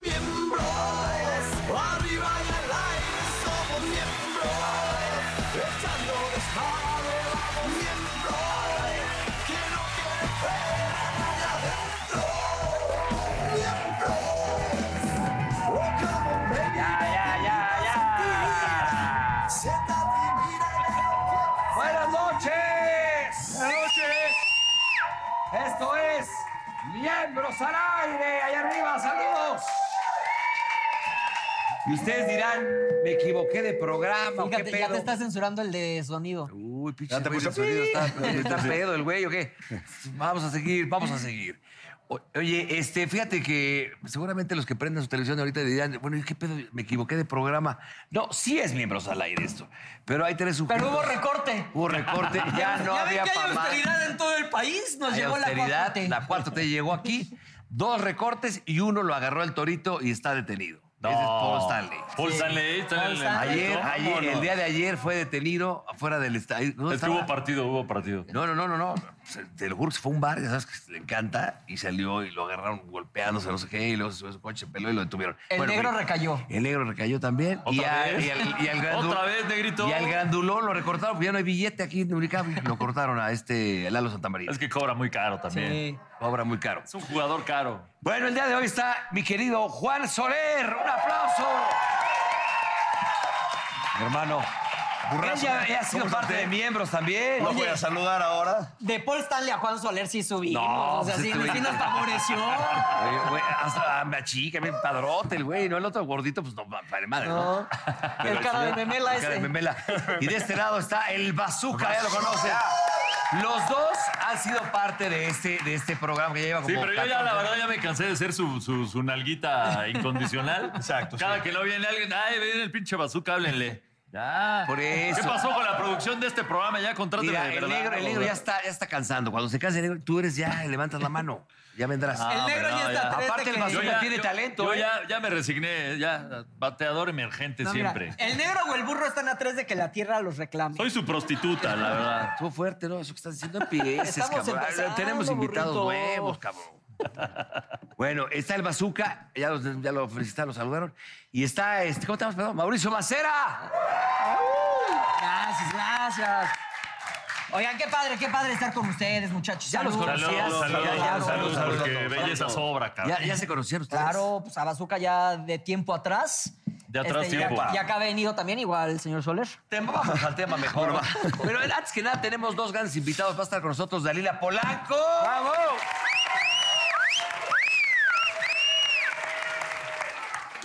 Miembros, arriba y al aire somos miembros, echando desmadre, vamos miembros, que no quede pena allá adentro, miembros, buscamos media, ya, ya, ya, siéntate y mira y verás. Buenas noches, buenas noches, esto es Miembros al aire, allá arriba, saludos. Y ustedes dirán, me equivoqué de programa, ¿o qué Fíjate, ya pedo. te está censurando el de sonido. Uy, pinche. Ya te puso sonido, está, está pedo el güey, ¿o qué? Vamos a seguir, vamos a seguir. O- Oye, este, fíjate que seguramente los que prenden su televisión ahorita dirán, bueno, ¿y ¿qué pedo? Me equivoqué de programa. No, sí es miembros al aire esto, pero hay tres sujetos. Pero hubo recorte. Hubo recorte, ya Ah, no ¿Ya ven había que hay pa' más. austeridad en todo el país? Nos Hay llegó austeridad, La la 4T. 4T llegó aquí, dos recortes y uno lo agarró el torito y está detenido. Ese es Paul Stanley. Paul Stanley, está en el- Stanley. Ayer, ¿Cómo ayer, no? el día de ayer fue detenido afuera del estadio. ¿Dónde Es que estaba? hubo partido, hubo partido. No, no, no, no, no. Se- Te lo juro que se fue a un bar, ya sabes que le encanta, y salió y lo agarraron golpeándose, no sé qué, y luego se subió a su coche, peló y lo detuvieron. El Bueno, negro y- recayó. El negro recayó también. y, ¿Otra a- vez? y al, y al grandu- ¿Otra vez, negrito? Y al grandulón lo recortaron, porque ya no hay billete aquí en Unicam. y Lo cortaron a este Lalo Santamaría. Es que cobra muy caro también. Sí. Obra muy caro. Es un jugador caro. Bueno, el día de hoy está mi querido Juan Soler. ¡Un aplauso! Mi hermano. Él ya, ya ha sido parte de miembros también. ¿No voy a saludar ahora? De Paul Stanley a Juan Soler sí subimos. No, o sea, pues sí, este- sí nos favoreció. Oye, güey, hasta ah, me achica, me padrote el güey, ¿no? El otro gordito, pues no, vale madre, ¿no? No. El cara de memela El cara de ese. memela. Y de este lado está el bazooka, ya lo conocen. Los dos han sido parte de este, de este programa que ya lleva como... Sí, pero yo ya, 14 la verdad, ya me cansé de ser su, su, su nalguita incondicional. Exacto, Cada sí. que no viene alguien, ay, viene el pinche bazooka, háblenle. Ya. Por eso. ¿Qué pasó con la producción de este programa? Ya contrátenme Mira, de el verdad, negro, el negro ya está, ya está cansando. Cuando se canse el negro, tú eres ya, levantas la mano. Ya vendrás. Ah, El negro hombre, ya no, está ya. tres de Aparte el que- bazooka tiene talento, Yo ¿eh? ya, ya me resigné, ya bateador emergente No, mira, siempre. eh, el negro o el burro están a tres de que la tierra los reclame. Soy su prostituta, eh, la verdad. Estuvo fuerte, ¿no? Eso que estás diciendo empieces, Estamos cabrón. Ah, empezando, Tenemos invitados burrito. nuevos, cabrón. Bueno, está el Bazooka, ya, los- ya lo felicitaron, lo saludaron. Y está, este, ¿cómo te llamas, perdón? Mauricio Macera. Gracias, gracias. Oigan, qué padre, qué padre estar con ustedes, muchachos. Ya los Salud. conocí. Saludos, Gracias, saludos, claro, saludos, claro, porque claro, belleza claro. sobra, cabrón. Ya, ya se conocieron ustedes. Claro, pues a Bazooka ya de tiempo atrás. Este, De atrás ya- tiempo. Ya, acá ha venido también igual el señor Soler. Tema, vamos al tema mejor. va. Pero antes que nada, tenemos dos grandes invitados. Va a estar con nosotros Dalila Polanco. ¡Vamos!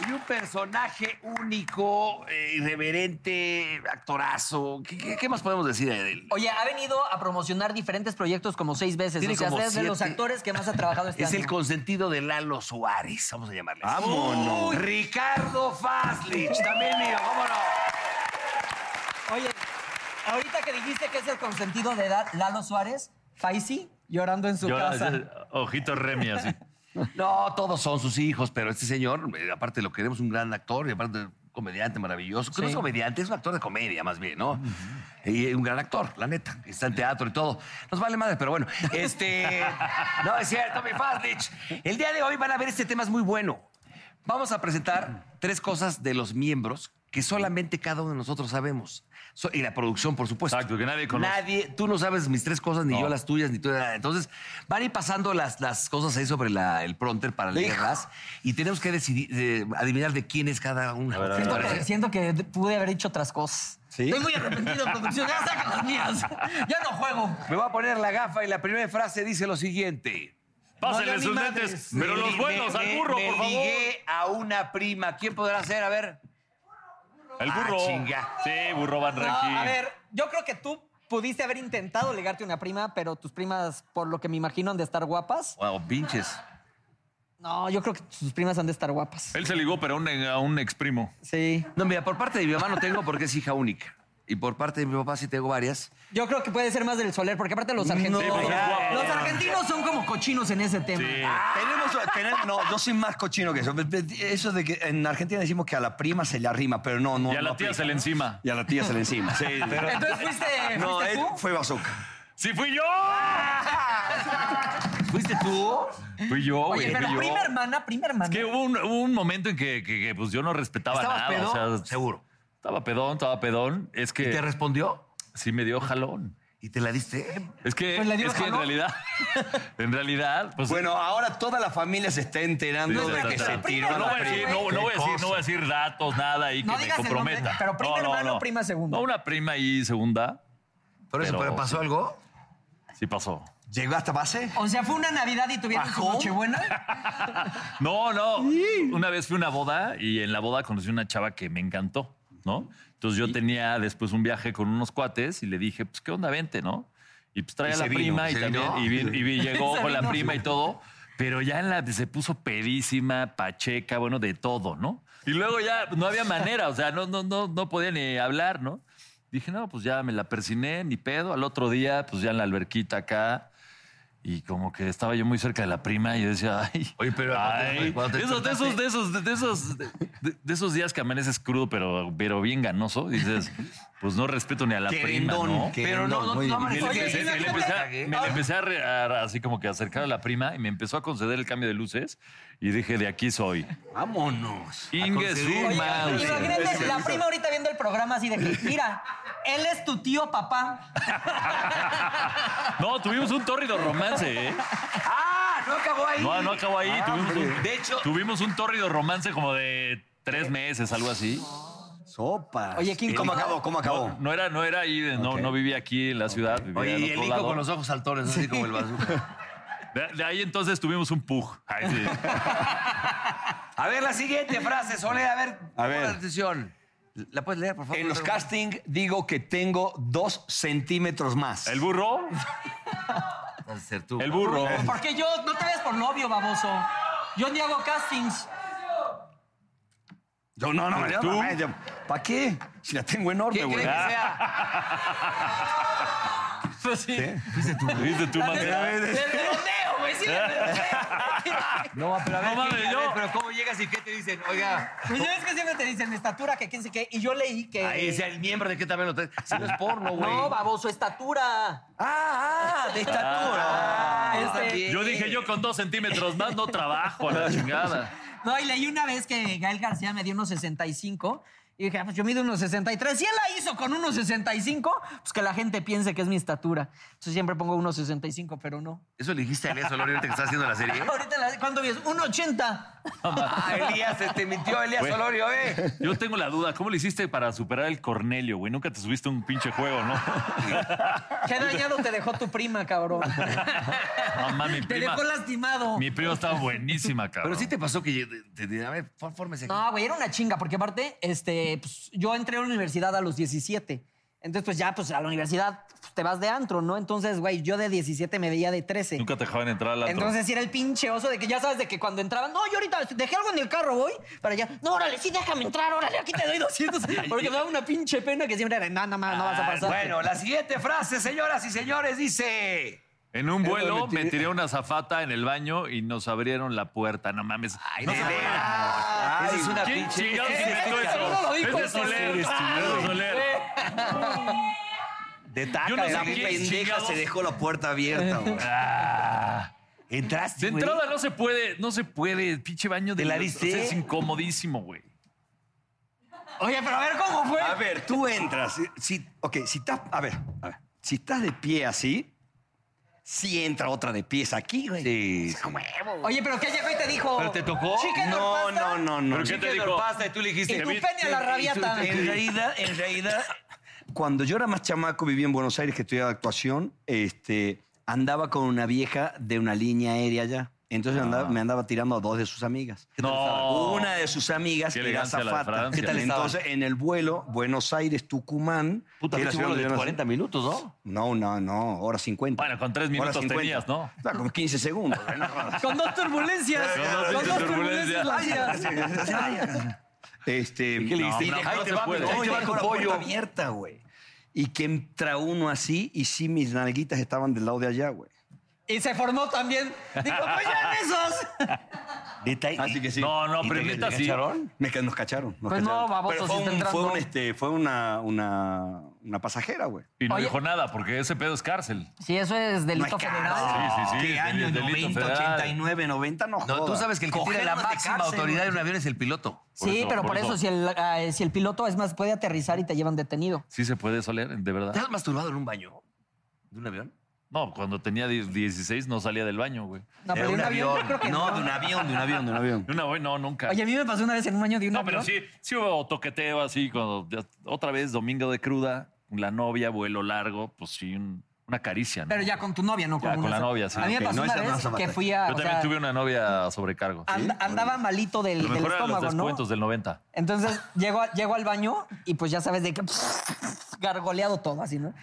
Y un personaje único, eh, irreverente, actorazo. ¿Qué, qué- qué más podemos decir de él? Oye, ha venido a promocionar diferentes proyectos como seis veces. Tiene o sea, como es de los siete. actores que más ha trabajado este Es año. el consentido de Lalo Suárez, vamos a llamarle. Vámonos. Uy, Ricardo Faslich, también mío, vámonos. Oye, ahorita que dijiste que es el consentido de edad, Lalo Suárez, Faisy, llorando en su Yo- casa. yo- ojito Remy así. No, todos son sus hijos, pero este señor, eh, aparte lo queremos un gran actor y aparte comediante maravilloso. Que no es Sí. comediante, es un actor de comedia más bien, ¿no? Y eh, un gran actor, la neta. Está en teatro y todo. Nos vale madre, pero bueno. Este, no, es cierto, mi Fazlich. El día de hoy van a ver este tema es muy bueno. Vamos a presentar tres cosas de los miembros que solamente cada uno de nosotros sabemos. So- y la producción, por supuesto. Exacto, que nadie conoce. Nadie, tú no sabes mis tres cosas, ni yo las tuyas, ni tú. nada. Entonces, van a ir pasando las, las cosas ahí sobre la- el pronter para leerlas y tenemos que decidir, eh, adivinar de quién es cada una. ver, a ver, ¿Qué a te ver. parece? Siento, que pude haber hecho otras cosas. ¿Sí? Estoy muy arrepentido, producción. Ya saca las mías. Ya no juego. Me voy a poner la gafa y la primera frase dice lo siguiente. Pásenle No, ya sus ni lentes, madres. pero Me- los buenos, me- al me- burro, me por favor. ligué a una prima. ¿Quién podrá ser? A ver. El Ah, burro. chinga. sí, burro Van No, Ranking. a ver, yo creo que tú pudiste haber intentado ligarte una prima, pero tus primas, por lo que me imagino, han de estar guapas. Wow, pinches. No, yo creo que tus primas han de estar guapas. Él se ligó, pero a un, eh, a un ex primo. Sí. No, mira, por parte de mi mamá no tengo porque es hija única. Y por parte de mi papá sí tengo varias. Yo creo que puede ser más del Soler, porque aparte los argentinos. Sí, pues, es guapo. los argentinos son como cochinos en ese tema. Sí. Tenemos, tener- no, yo soy más cochino que eso. Eso de que en Argentina decimos que a la prima se le arrima, pero no, no. Y a la no tía aplica. se le encima. Y a la tía se le encima. Sí, pero- Entonces fuiste, no, fuiste él tú. fue bazooka. ¡Sí, fui yo! ¿Fuiste tú? Fui yo, Oye, güey. pero fui yo. prima hermana, prima hermana. Es que hubo un, hubo un momento en que, que- que, pues, yo no respetaba ¿Estabas nada. pedo? o sea, Seguro. Estaba pedón, estaba pedón. Es ¿Y te que respondió? sí me dio jalón. ¿Y te la diste? Es que, Pues le dio es que en jalón. realidad, en realidad, pues. Bueno, ahora toda la familia se está enterando Sí, de sí, que sí, se sí. tiró no, a no la voy a decir, prima. no, no voy a decir, no voy a decir datos, nada ahí No que me digas el nombre, comprometa. pero prima No, no, hermana o no. prima segunda. No, una prima y segunda. Por eso, Pero- pero ¿pasó algo? Sí pasó. ¿Llegó hasta base? O sea, fue una Navidad y tuvieron su ¿Bajó? Nochebuena. No, no. Una vez fui a una boda y en la boda conocí una chava que me encantó, ¿no? Entonces yo tenía después un viaje con unos cuates y le dije, pues, ¿qué onda? Vente, ¿no? Y pues trae Y a la se vino, prima y se también, vino. y, vi- y vi- llegó Se con la vino. prima y todo. Pero ya en la se puso pedísima, pacheca, bueno, de todo, ¿no? Y luego ya no había manera, o sea, no, no, no, no podía ni hablar, ¿no? Dije, no, pues ya me la persiné, ni pedo. Al otro día, pues ya en la alberquita acá, y como que estaba yo muy cerca de la prima y yo decía, ay, Oye, pero aparte, ay, cuando te de esos, de esos, de esos, de esos, de, de esos días que amaneces crudo, pero, pero bien ganoso, dices, pues no respeto ni a la Querendón, prima, ¿no? querendón, Pero no, no, muy no bien. Me le Oye, empecé, y me le fíjate, empecé a- ¿qué? me le empecé a, re- a- así como que acercar a la prima y me empezó a conceder el cambio de luces y dije, de aquí soy. Vámonos. Inge conceder. su Oye, madre. Imagínate la prima ahorita viendo el programa así de que, mira, él es tu tío papá. No, tuvimos un tórrido romance, ¿eh? ¡Ah! No acabó ahí. No, no acabó ahí. tuvimos, un, De hecho- tuvimos un tórrido romance como de tres meses, algo así. Sopa. Oye, ¿quién- ¿Cómo acabó? ¿Cómo acabó? No era, no era ahí, no, Ok. no vivía aquí en la ciudad. vivía Oye, en y otro el hijo lado. con los ojos saltones, así como el bazooka. de, de ahí entonces tuvimos un pug. Ay, sí. A ver, la siguiente frase, Sole, a ver, A ver. pon atención. ¿La puedes leer, por favor? En los castings digo que tengo dos centímetros más. El burro, Vas a ser tú. el burro. Porque yo no te ves por novio, baboso. Yo ni hago castings. Yo, no, no, yo, ¿Tú? no, yo- ¿Para qué? Si la tengo enorme, ¿Quién güey. cree que sea? Pues sí. Viste tú, Del Manuel. redondeo, güey, sí, del redondeo. No, pero a ver, No mames, ¿quién- a ver, yo- pero ¿cómo llegas y qué te dicen? Oiga, Pues ya ves que siempre te dicen estatura, que quién sé qué. Y yo leí que. ahí sea el miembro de qué también lo traes. Si no es porno, güey. Eh. no, baboso, estatura. Ah, ah, de estatura. Ah, Este- también. Yo dije, yo con dos centímetros más no trabajo a la chingada. No, y leí una vez que Gael García me dio unos 65. Y dije, ah, pues yo mido unos 63. Si él la hizo con unos 65, pues que la gente piense que es mi estatura. Entonces siempre pongo unos 65, pero no. ¿Eso le dijiste a Elías Olor ahorita que está haciendo la serie? Ahorita, la- ¿cuánto mides? 1,80. Ah, Elías, te mintió Elías Güey. Solorio, ¿eh? Yo tengo la duda, ¿cómo le hiciste para superar el Cornelio, güey? Nunca te subiste a un pinche juego, ¿no? Qué dañado te dejó tu prima, cabrón. Mamá, mi Te prima. dejó lastimado. Mi prima estaba buenísima, cabrón. Pero sí te pasó que te, te, a ver, fór- fórmese aquí. No, güey, era una chinga, porque aparte, este, pues, yo entré a la universidad a los 17. Entonces, pues ya, pues a la universidad pues, te vas de antro, ¿no? Entonces, güey, yo de 17 me veía de 13. Nunca te dejaban entrar al antro. Entonces sí era el pinche oso de que ya sabes de que cuando entraban, no, yo ahorita dejé algo en el carro, voy para allá. No, órale, sí, déjame entrar, órale, aquí te doy 200. Porque me daba una pinche pena que siempre era, no, no, más, no Ah, vas a pasar. Ah, Bueno, la siguiente frase, señoras y señores, dice... En un vuelo donde te- me tiré una zafata en el baño y nos abrieron la puerta. No mames. Ay, No de se- veras. Esa es una ¿Quién pinche... chingados Esa es inventó una- pero no lo dijo, eso? Es de entonces, Soler. eres tú, Es de Soler. De taca, Yo no sé la quién pendeja chingados- se dejó la puerta abierta, güey. De Entraste, güey. entrada no se puede, no se puede. Pinche baño de ¿Te la los- diste? o sea, es incomodísimo, güey. Oye, pero a ver cómo fue. A ver, tú entras. Si- Si, ok, si estás. A ver, a ver. Si estás de pie así, sí entra otra de pies aquí, güey. Sí. Oye, pero ¿qué llegó y te dijo? ¿Pero te tocó? Chicken or No, pasta? no, no, no. ¿Pero qué te dijo? pasta y tú le dijiste. Y tu vi- pene a la rabiata. En realidad, en realidad, cuando yo era más chamaco, vivía en Buenos Aires, que estudiaba actuación, este, andaba con una vieja de una línea aérea allá. Entonces andaba- me andaba tirando a dos de sus amigas. tal Ah. No. estaban? Una de sus amigas Qué era elegancia la de azafata. Francia. ¿Qué tal estaban? Entonces, en el vuelo, Buenos Aires, Tucumán. Puta, fue que era un ciudad vuelo donde de yo nací. 40 minutos, ¿no? No, no, no, hora 50. Bueno, con tres Hora minutos 50. tenías, ¿no? O sea, con 15 segundos. güey, no jodas. Con dos turbulencias. Con dos Con pinches dos turbulencias. turbulencias. las hacías. Este, qué le no, hiciste? no, Ahí no te se va, puede. ahí te Oye, va con tu la pollo. puerta abierta, güey. Y que entra uno así y sí mis nalguitas estaban del lado de allá, güey. Y se formó también. Digo, pues ya en esos. Detalle. Así que sí. No, no, ¿Y pero te- neta te sí. cacharon? Me ca- nos cacharon. nos Pues no, cacharon. baboso, Pero si fue, está un- fue entrando. un, este, fue una, una, una pasajera, güey. Y no Oye. dijo nada, porque ese pedo es cárcel. Sí, eso es delito No hay federal. caso. Ah, Sí, sí, sí, ¿Qué es año? delito 90, federal. 89, 90, no No, tú jodas. sabes que el que tiene Coger la no es de máxima cárcel, autoridad güey. de un avión es el piloto. Por sí, eso, pero por por, eso, eso. Si, el, ah, si el piloto, es más, puede aterrizar y te llevan detenido. Sí se puede soler, de ¿Te verdad. has masturbado en un baño? ¿De un avión? No, cuando tenía 10, 16 no salía del baño, güey. No, De Ah, pero un avión. yo creo que No, de un avión, de un avión, de un avión. Una güey, no, nunca. Oye, a mí me pasó una vez en un año de un no, pero avión. sí, sí hubo toqueteo así, cuando, ya- otra vez domingo de cruda, la novia, vuelo largo, pues sí, un- una caricia, ¿no? Pero ya con tu novia, ¿no? Ya, con una- la novia, sí. A mí me Ok, pasó no, una esa no vez es la que batalla. fui a... Yo o también sea, tuve una novia a sobrecargo. and- andaba malito Lo del, del mejor eran los estómago, ¿no? descuentos del 90. Entonces llego, a- llego al baño y pues ya sabes de que gargoleado todo así, ¿no?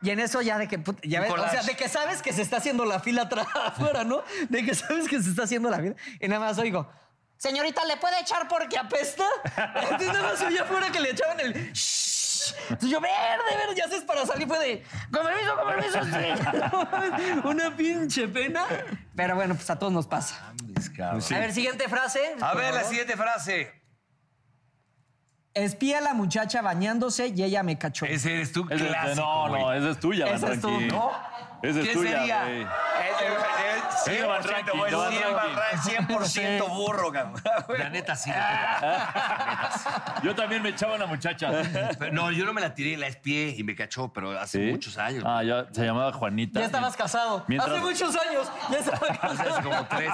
Y en eso ya de que, put- ya ves, o sea, de que sabes que se está haciendo la fila atrás afuera, ¿no? De que sabes que se está haciendo la fila. Y nada más oigo, señorita, ¿le puede echar porque apesta? Entonces nada más oía afuera que le echaban el... "Shh". Entonces yo, verde, verde, ya haces para salir, fue de, con permiso, con permiso, sí". Una pinche pena. Pero bueno, pues a todos nos pasa. A ver, siguiente frase. A ver, la siguiente. siguiente frase. Espía a la muchacha bañándose y ella me cachó. Ese eres tú Ese es- clásico, no, no, güey. esa es tuya, Van Esa es tu- Ranking. ¿no? Esa es ¿Qué tuya, sería? güey. Es Ese el- Van 100% Ranking, güey, Van Ranking. 100% burro, cabrón. La neta sí. la Yo también me echaba una muchacha. neta. Pero no, yo no me la tiré, la espié y me cachó, pero hace ¿Sí? muchos años. Ah, ya se llamaba Juanita. Ya estabas casado. Mientras- Hace muchos años. Ya estabas Hace casado. como tres.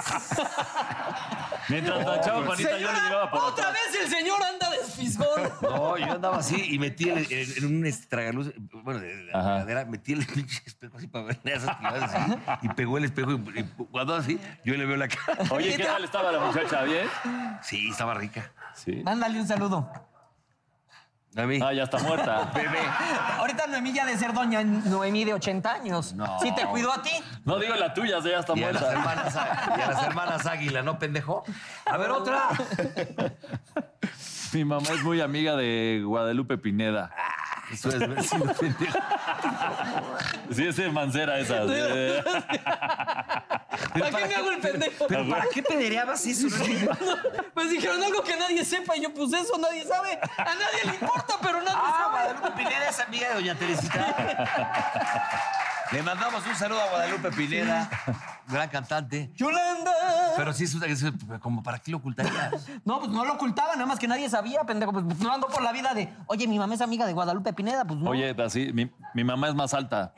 Mientras tachaba Juanita, yo le llegaba por otra atrás. vez el señor anda desfisgón. No, yo andaba así y metí el- en, en un este, tragaluz, bueno, de la Ajá. regadera, metí el pinche espejo así para ver esas tiradas así, y pegó el espejo y, y cuando así, yo le veo la cara. Oye, ¿qué tal estaba la muchacha? ¿Bien? Sí, estaba rica. Sí. Mándale un saludo. A mí. Ah, ya está muerta. Ahorita Noemí ya de ser doña Noemí de 80 años. No. Sí te cuidó a ti. No digo la tuya, ya está Y a, las muerta. hermanas, Á- y a las hermanas Águila, ¿no, pendejo? A ver, otra. Mi mamá es muy amiga de Guadalupe Pineda. Eso es, es un pendejo. Sí, es de Mancera esa. sí. ¿Para qué me hago el pendejo? Pero ¿para qué pedereabas eso? Pues dijeron algo que nadie sepa y yo pues eso nadie sabe. A nadie le importa, pero nadie Ah, sabe. Guadalupe Pineda es amiga de Doña Teresita. Le mandamos un saludo a Guadalupe Pineda, gran cantante. Yolanda. Pero sí es una- es como para qué lo ocultarías. No, pues no lo ocultaba, nada más que nadie sabía, pendejo. Pues no ando por la vida de, oye, mi mamá es amiga de Guadalupe Pineda, pues no. Oye, así, mi, mi mamá es más alta.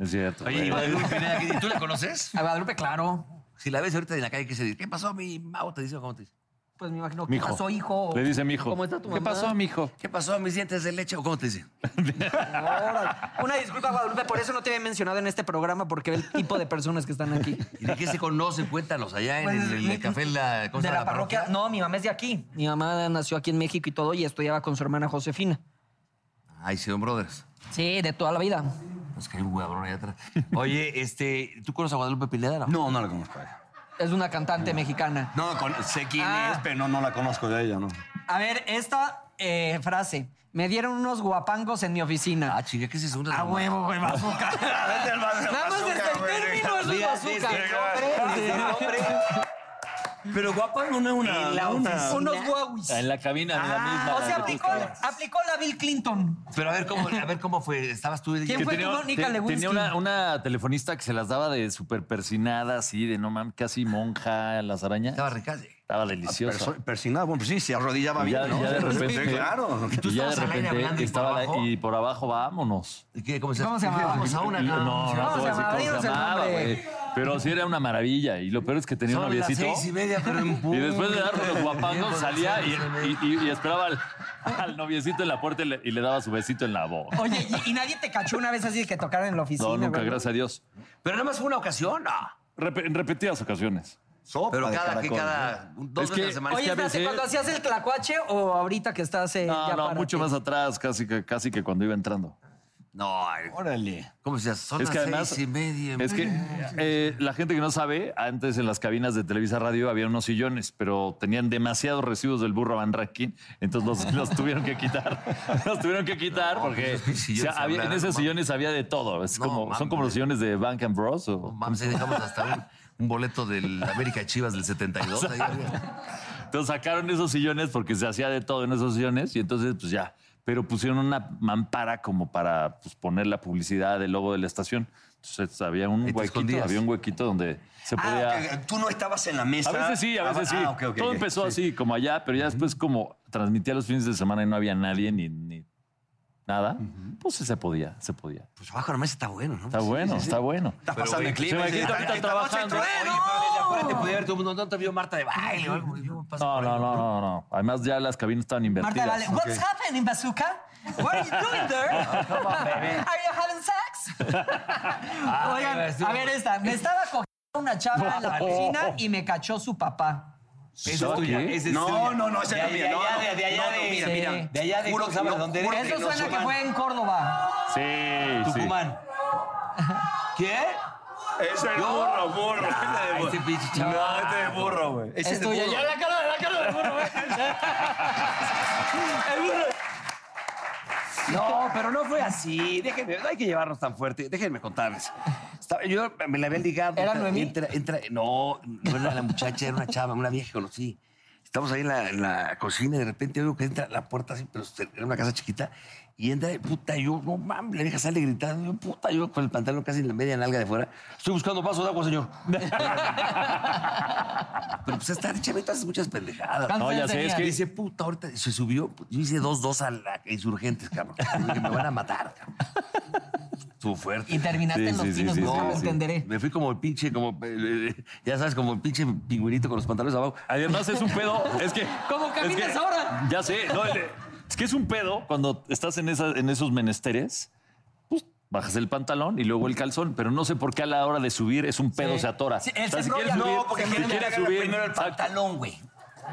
es cierto. Oye, güey. y Guadalupe Pineda, ¿qué- ¿tú la conoces? A Guadalupe, claro. Si la ves ahorita en la calle, ¿qué se dice? ¿Qué pasó, mi Mau? ¿Te dice o cómo te dice? Pues me imagino, ¿qué Mijo. pasó, hijo? Le dice mi hijo. ¿Cómo está tu ¿Qué mamá? pasó, mi hijo? ¿Qué pasó, mis dientes de leche? ¿O cómo te dice? Ahora, Una disculpa, Guadalupe, por eso no te había mencionado en este programa, porque ve el tipo de personas que están aquí. ¿Y de qué se conocen? Cuéntanos, allá en el, en el café, en Pues, la, ¿cómo se de llama la parroquia. No, mi mamá es de aquí. Mi mamá nació aquí en México y todo, y estudiaba con su hermana Josefina. Ay, sí, don Brothers. Sí, de toda la vida. Pues Nos cae un huevón allá atrás. Oye, este, ¿tú conoces a Guadalupe Pineda? No? No, no la conozco a ella. Es una cantante mexicana. No, con- sé quién Ah. es, pero no, no la conozco de ella, ¿no? A ver, esta eh, frase. Me dieron unos guapangos en mi oficina. Ah, chinga, ¿qué es eso? Una A mamá. huevo, güey, bazooka. Nada más desde el término es un Mira, bazooka. desde el Desde el nombre. Pero guapa no es una. En la no es una- oficina. Unos guauis. En la cabina de la misma. Ah, O sea, la de aplicó, Gustavo. aplicó la Bill Clinton. Pero a ver cómo, a ver cómo fue. Estabas tú ¿Quién fue? Tenía, Mónica te- Lewinsky. tenía una, una telefonista que se las daba de súper persinada, así de no mames, casi monja en las arañas. Estaba Ricalle. Estaba Perso- delicioso. Persignada, bueno, pues sí, se arrodillaba Y ya- bien, ¿no? y ya de repente- Sí, claro. tú Y ya de estabas al aire hablando repente y estaba por la- abajo. y por abajo vámonos. ¿Y qué? ¿Cómo se, ¿Cómo se llamaba? Vamos a una. Y- No, no, te ¿Cómo se voy a decir llamaba? cómo se Dinos el llamaba, nombre. güey. Pero sí era una maravilla. Y lo peor es que tenía un Son las noviecito. seis y media, pero en Y después de darnos los punto. guapangos salía y, y- y- y esperaba al, al noviecito en la puerta y le, y le daba su besito en la boca. Oye, ¿y, y nadie te cachó una vez así de que tocaron en la oficina? No, nunca, güey? gracias a Dios. Pero nada más fue una ocasión. No. Rep- en repetidas ocasiones. Sopa Pero de cada, que caracol, cada dos Es veces a que- la semana. es Oye, que a espérate, veces- ¿cuando hacías el tlacuache o ahorita que estás eh, No, ya no, para mucho ti? más atrás, casi que, casi que cuando iba entrando. No, ay, ¿no? Órale. ¿cómo se llama? Son Es que las además- seis y media. Es que eh, la gente que no sabe, antes en las cabinas de Televisa Radio había unos sillones, pero tenían demasiados residuos del burro Van Rankin, entonces los, los tuvieron que quitar. Los tuvieron que quitar No, pues porque esos pinches sillones o sea, había- en hablaron, esos no sillones había de todo. Es No, como, son mames. como los sillones de Bank and Bros. o- No Mames, ahí dejamos hasta un, un boleto del América Chivas del 72. ahí arriba. Entonces sacaron esos sillones porque se hacía de todo en esos sillones y entonces pues ya. Pero pusieron una mampara como para pues, poner la publicidad del logo de la estación. Entonces había un Y te huequito, escondías. había un huequito donde se podía... Ah, ok, tú no estabas en la mesa. A veces sí, a veces sí. Ah, ok, ok, Todo ok. empezó Sí. así, como allá, pero ya después como transmitía los fines de semana y no había nadie ni, ni nada, pues sí se podía, se podía. Pues abajo de la mesa está bueno, ¿no? Está bueno, está bueno. Estás pasando güey, el "Ah, clip. se me ese. quita ahorita pues, Ahí trabajando. Oye, Aparte, podía haber todo el mundo. No te vio Marta de baile o algo. Yo pues, paso No, por ahí, no, no, no, no. Además ya las cabinas estaban Marta, invertidas. vale. What's happening, Bazooka? What are you doing there? Are you having sex? Ah, Oigan, a ver esta. Me estaba cogiendo una chava en la cocina y me cachó su papá. ¿Eso qué? ese No, no, no, esa De es la mía. No, allá, no, de- de allá, no, no, de- mira, Sí. mira. De allá de Juro ¿cómo que se llama? no, ¿Dónde juro eres? que Eh, Eso no suena que soy. fue en Córdoba. Sí, sí. Tucumán. ¿Qué? Ese es burro, burro. ese de burro. Este pinche chaval. No, este es burro, güey. Ese Es es de tuya. burro. Ya la cara, la cara del burro, eh. güey. No, pero no fue así. Déjenme, no hay que llevarnos tan fuerte. Déjenme contarles. Estaba- yo me la había ligado. ¿Era Noemí? Entra, entra- no, no era la muchacha, era una chava, una vieja que conocí. Estamos ahí en la, en la cocina y de repente veo que entra a la puerta así, pero era una casa chiquita. Y entra, y, puta, yo, no mames, la vieja sale gritando. Yo, puta, yo con el pantalón casi en la media nalga de fuera. Estoy buscando vaso de agua, señor. pero pues esta chavita hace muchas pendejadas. No, ya sé, es ¿Qué? que... Dice, dice- puta, ahorita se subió. Yo hice dos, dos a la insurgentes, cabrón. Dije, me van a matar, cabrón. Estuvo fuerte. Y terminaste Sí, en los sí, sí, pinos, sí, nunca sí, lo sí. entenderé. Me fui como el pinche, como, eh, eh, ya sabes, como el pinche pingüinito con los pantalones abajo. Además es un pedo, es que... ¿Cómo es caminas que- ahora? Ya sé, no, el- es que es un pedo cuando estás en, esas- en esos menesteres, pues bajas el pantalón y luego el calzón, pero no sé por qué a la hora de subir es un pedo, Sí. se atora. Sí, él se si enrolla. quieres subir, No, porque si quieren quieres que haga subir, primero el exacto. Pantalón, güey.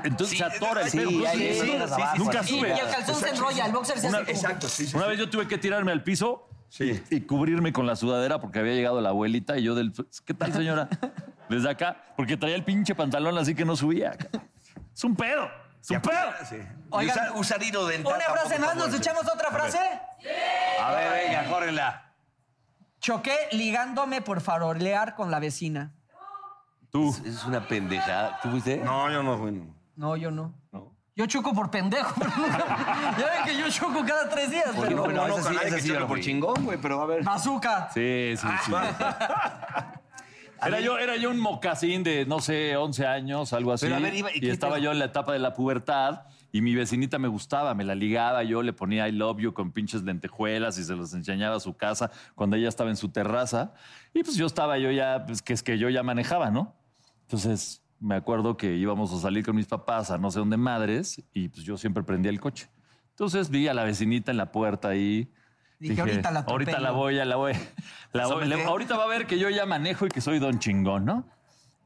Entonces se atora el sí, pedo. ahí Sí, es sí, donde sí, abajo. Nunca Sí, Y, y sube. el calzón se enrolla, el boxer se hace. como- Exacto, sí, sí. Una vez yo tuve que tirarme al piso y, y cubrirme con la sudadera porque había llegado la abuelita y yo del... "Pues, ¿Qué tal, señora? Desde acá, porque traía el pinche pantalón así que no subía. cabrón. Es un pedo, es un pues, pedo. Oigan, Usar- usar hilo dental Una frase tampoco más, está nos bueno. echamos otra frase. A ver, venga, córrela. Choqué ligándome por farolear con la vecina. Tú. Es una pendejada. ¿Tú fuiste? No, yo no, bueno. No, yo no. Yo choco por pendejo. pero nunca- ya ven que yo choco cada tres días, pero. No, Bueno, no, esa con sí, nadie esa que sí choque yo no por fui. chingón, güey, pero a ver. Bazooka. Sí, sí, sí. Ah. Era yo, era yo un mocasín de, no sé, 11 años, algo así. Pero a ver, iba- ¿y y qué estaba pedo? yo en la etapa de la pubertad y mi vecinita me gustaba, me la ligaba, yo le ponía I love you con pinches lentejuelas y se los enseñaba a su casa cuando ella estaba en su terraza. Y pues yo estaba, yo ya, pues que es que yo ya manejaba, ¿no? Entonces me acuerdo que íbamos a salir con mis papás a no sé dónde madres y pues yo siempre prendía el coche. Entonces vi a la vecinita en la puerta ahí. Dije, ahorita la Ahorita atropello". la voy, a la voy. La voy- le- ahorita va a ver que yo ya manejo y que soy don chingón, ¿no?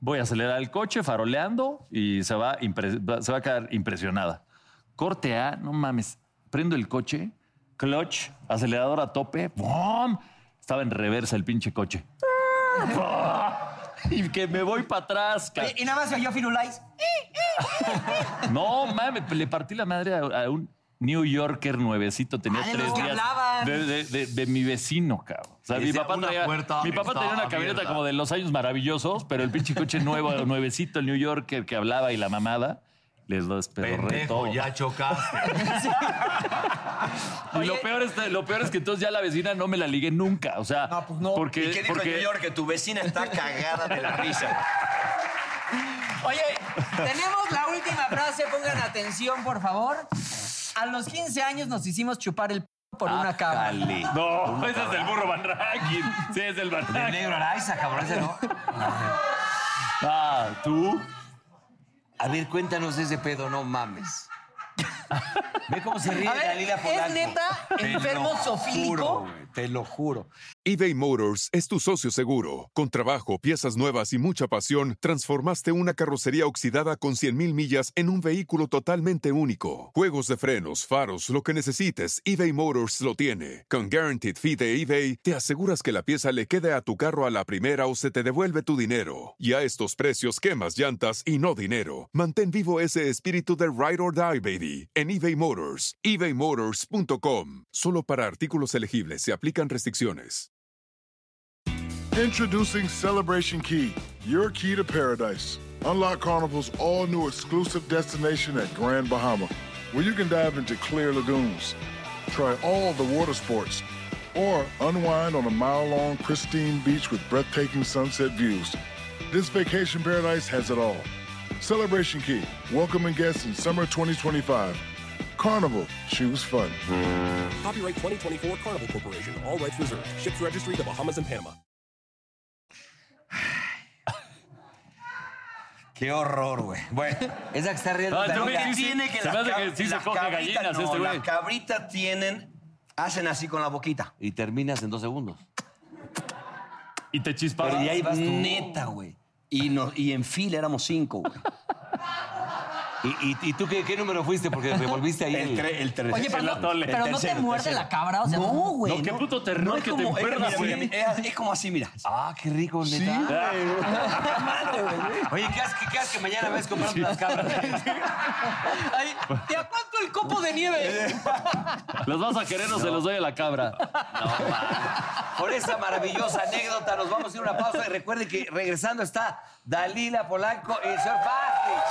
Voy a acelerar el coche faroleando y se va, impre- va- se va a quedar impresionada. Corte A, no mames, prendo el coche, clutch, acelerador a tope, ¡bum! Estaba en reversa el pinche coche. Ah. Y que me voy para atrás, ca- Y, y nada más se oyó Firulais. pues No mames, le partí la madre a, a un New Yorker nuevecito, tenía Ah, de los tres que días hablaban. de, de- de- de mi vecino, cabrón. O sea, mi Decía, papá, "Una traía, puerta mi papá está tenía una camioneta abierta". como de los años maravillosos, pero el pinche coche nuevo, nuevecito, el New Yorker que hablaba y la mamada, les lo esperé Pendejo, todo. ya chocaste. Y Oye. lo peor, es, lo peor es que entonces ya la vecina no me la ligué nunca. O sea, No, pues no. porque, ¿Y qué dijo en porque New York? Que tu vecina está cagada de la risa. Oye, tenemos la última frase, pongan atención, por favor. A los 15 años nos hicimos chupar el p por una cabra. Dale. No, ese es del burro Van Rankin. Sí, es del Van El Rankin. negro Araiza, cabrón, ese no. Ah, tú. A ver, cuéntanos ese pedo, no mames. Ve cómo se ríe A ver, Dalila ¿es Polanco. neta enfermo Te lo zoofílico? juro, güey, Te lo juro. eBay Motors es tu socio seguro. Con trabajo, piezas nuevas y mucha pasión, transformaste una carrocería oxidada con 100.000 millas en un vehículo totalmente único. Juegos de frenos, faros, lo que necesites, eBay Motors lo tiene. Con Guaranteed Fee de eBay, te aseguras que la pieza le quede a tu carro a la primera o se te devuelve tu dinero. Y a estos precios, quemas llantas y no dinero. Mantén vivo ese espíritu de Ride or Die, baby, en eBay Motors. ebaymotors.com. Solo para artículos elegibles se aplican restricciones. Introducing Celebration Key, your key to paradise. Unlock Carnival's all new exclusive destination at Grand Bahama, where you can dive into clear lagoons, try all the water sports, or unwind on a mile long, pristine beach with breathtaking sunset views. This vacation paradise has it all. Celebration Key, welcoming guests in summer 2025. Carnival, choose fun. Copyright 2024 Carnival Corporation. All rights reserved. Ships registry: The Bahamas and Panama. Qué horror, güey. Bueno, esa que está riendo. Ah, tú Dalila. ríes. Sí, sí. tiene que Se las me hace cab- que sí se las coge cabritas gallinas no, este güey. Las cabritas tienen, hacen así con la boquita. Y terminas en dos segundos. Y te chispaba. Pero y ahí vas tú. Neta, güey. Y, no- y en fila éramos cinco, güey. ¿Y, y, y tú qué, qué número fuiste? Porque revolviste ahí. El, tre- el tercero. Oye, pero, El no, atole. pero no te Tercero, muerde tercero. la cabra, o sea, No, ¿eh? no. güey. No, qué puto terror es que te como- es- emperras, mira, güey. mira, Es, es como así, mira. Ah, qué rico, neta. Oye, ¿qué haces que, qué haces que mañana ves comprando unas cabras? Ay, te aguanto el copo de nieve. ¿Los vas a querer o se los doy a la cabra? Por esa maravillosa anécdota nos vamos a ir a una pausa y recuerden que regresando está Dalila Polanco y el señor Pazich.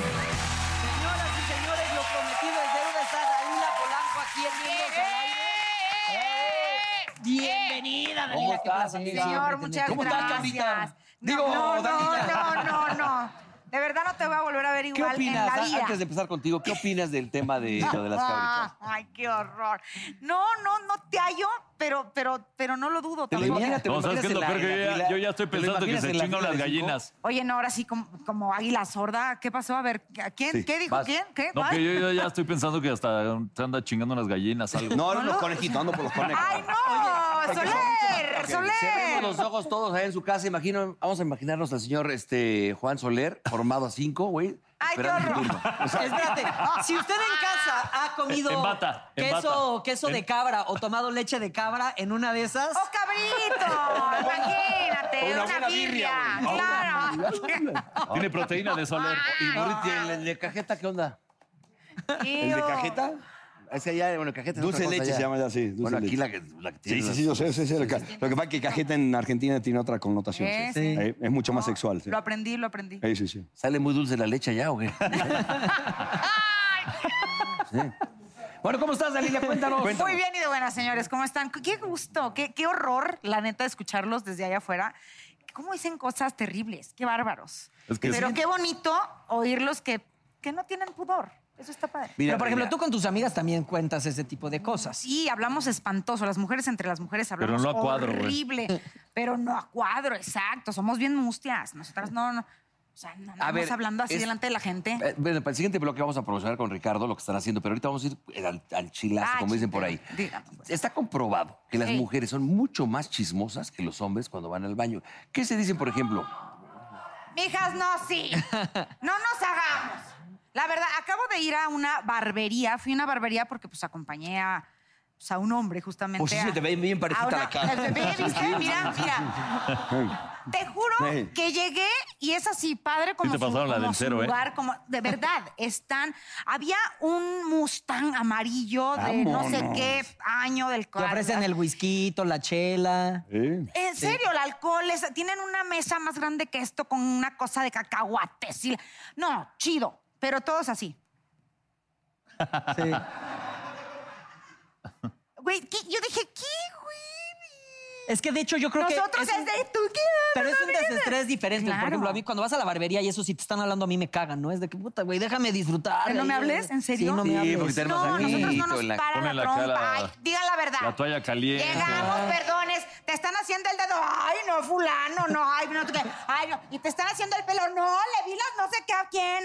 Señoras y señores, lo prometido es deuda. Está Dalila Polanco aquí en Miembros al Aire. Eh, Bienvenida, Dalila. ¿Cómo qué estás, placer. amiga? Señor, muchas ¿Cómo estás, gracias. Carlita? No, Digo, no, no, Dalila. no, no, no. De verdad no te voy a volver a ver ¿Qué igual en opinas? la a- vida. Ah, Antes de empezar contigo, ¿qué opinas del tema de lo de las Ah. cabritas? Ay, qué horror. No, no, no te hallo, pero, pero, pero no lo dudo Te lo tampoco. imaginas, te lo No, ¿sabes imaginas qué es en lo la- peor en que la yo ya- fila- yo ya estoy te lo pensando que imaginas se en la chingan fila las de cinco? gallinas? Oye, no, ahora sí, como, como águila sorda, ¿qué pasó? A ver, ¿a ¿quién? Sí, ¿Qué dijo? vas. ¿Quién? ¿Qué? No, ¿Cuál? que yo, yo ya estoy pensando que hasta se anda chingando unas gallinas, algo. No, eran los conejitos, ando por los conejos. ¡Ay, no! ¡Soler! Cerremos ¡Soler! los ojos todos ahí en su casa. Imagino, vamos a imaginarnos al señor este, Juan Soler, formado a cinco, güey. ¡Ay, qué esperando su horror! turno. Espérate, si usted en casa ha comido En bata, en queso, bata. queso de En- cabra o tomado leche de cabra en una de esas, ¡Oh, cabrito! Imagínate, una, birria. Claro. Tiene proteína de soler. Y Morriti, el, el de cajeta, ¿qué onda? ¿El de cajeta? Es que allá, bueno, cajeta es Dulce otra cosa leche se llama ya, sí, dulce bueno, aquí leche. la que, la que tiene Sí, sí, las- sí, yo sé, sí, sí, lo que- Lo que pasa es que cajeta en Argentina tiene otra connotación. sí. Eh, sí. Eh, Es mucho más Ah, sexual. Sí, Lo aprendí, lo aprendí. Eh, sí, sí. ¿Sale muy dulce la leche allá o qué? Sí. Bueno, ¿cómo estás, Dalila? Cuéntanos. Muy bien y de buenas, señores. ¿Cómo están? Qué gusto, qué, qué horror, la neta, escucharlos desde allá afuera. ¿Cómo dicen cosas terribles? Qué bárbaros. Es que Pero sí. qué bonito oírlos que, que no tienen pudor. Eso está padre. Mira, Pero, por ejemplo, Dalila, tú con tus amigas también cuentas ese tipo de cosas. Sí, hablamos espantoso. Las mujeres entre las mujeres hablamos no a cuadro, güey. horrible. Pero no a cuadro, exacto. Somos bien mustias. Nosotras no, no. O sea, no andamos ver, hablando así es- delante de la gente. Eh, Bueno, para el siguiente bloque vamos a aprovechar con Ricardo lo que están haciendo, pero ahorita vamos a ir eh, al, al chilazo, Ah, como dicen por ahí. dígame, pues. Está comprobado que las Sí. mujeres son mucho más chismosas que los hombres cuando van al baño. ¿Qué se dicen, por ejemplo? Mijas, no, sí. No nos hagamos. La verdad, acabo de ir a una barbería. Fui a una barbería porque pues acompañé a, pues, a un hombre justamente. Pues sí, a- se te ve bien parecida a la cara. ¿Ve? ¿Viste? Mira, mira. Te juro Sí. que llegué y es así, padre, como te su, pasaron la como del su cero, ¿eh? lugar, como de verdad, están... Había un Mustang amarillo de no sé Vámonos. qué año del Te ofrecen el whisky, la chela. Eh. En serio, el alcohol es- tienen una mesa más grande que esto con una cosa de cacahuates. y- no, chido, pero todos así. Sí. Güey, ¿qué? yo dije, ¿qué, güey? Es que de hecho yo creo Nosotros que. es, es un- de tú, ¿qué? Pero es No un mames. desestrés diferente. Claro. Por ejemplo, a mí cuando vas a la barbería y eso si te están hablando a mí me cagan, ¿no? Es de que puta, güey, déjame disfrutar. ¿No me Ahí, hables? eh, ¿En serio? Sí, no me Sí, hables. porque te armas No, ahí, nosotros no nos todo en la- para pone la la cara- trompa. Ay, diga la verdad. La toalla caliente. Llegamos, perdones, te están haciendo el dedo, ay, no, fulano, no, ay, no, tú qué, ay, no, y te están haciendo el pelo, no, le vi las no sé qué a quién, ay,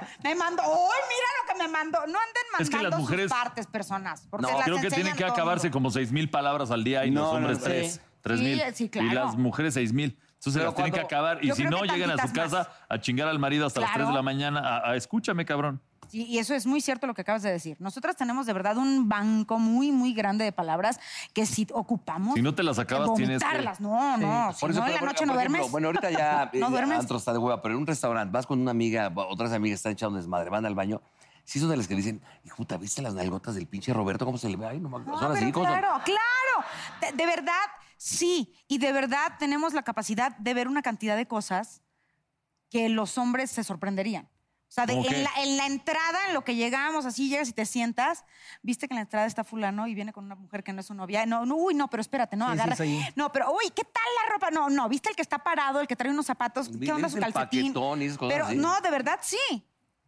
no, me mandó, ay, mira lo que me mandó, no anden mandando Es que las mujeres- sus partes, personas, porque No, las creo que enseñan tienen que todo el acabarse mundo. como seis mil palabras al día y No, los no, hombres no. tres. Sí. Tres Sí, mil. sí, Y claro. las mujeres seis mil. Entonces se Pero las tienen que cuando- acabar. Y yo si creo no, que llegan a su tantitas casa más. a chingar al marido hasta las Claro. 3 de la mañana. A, a- escúchame, cabrón. Sí, y eso es muy cierto lo que acabas de decir. Nosotras tenemos de verdad un banco muy, muy grande de palabras que si ocupamos. Si no te las acabas, tienes que- vomitarlas. No, no. Si Ah, no, en pero, la por- noche no por ejemplo, duermes. Bueno, ahorita ya, ¿No eh, duermes? antro está de hueva, pero en un restaurante vas con una amiga, otras amigas están echando desmadre, van al baño. Sí son de las que dicen, hijo, puta, ¿viste las nalgotas del pinche Roberto? ¿Cómo se le ve? Ay, no mames, No, son así, pero ¿cómo son?". claro, claro. De, de verdad, sí. Y de verdad tenemos la capacidad de ver una cantidad de cosas que los hombres se sorprenderían. O sea, de- ¿Cómo qué? en, la, en la entrada, en lo que llegamos, así llegas y te sientas, viste que en la entrada está fulano y viene con una mujer que no es su novia. No, no, uy, no, pero espérate, no, Sí, sí, agarra. soy- no, pero, uy, ¿qué tal la ropa? No, no, viste el que está parado, el que trae unos zapatos, pues, ¿qué Miren, onda es su el calcetín? paquetón y esas cosas Pero así. no, de verdad sí.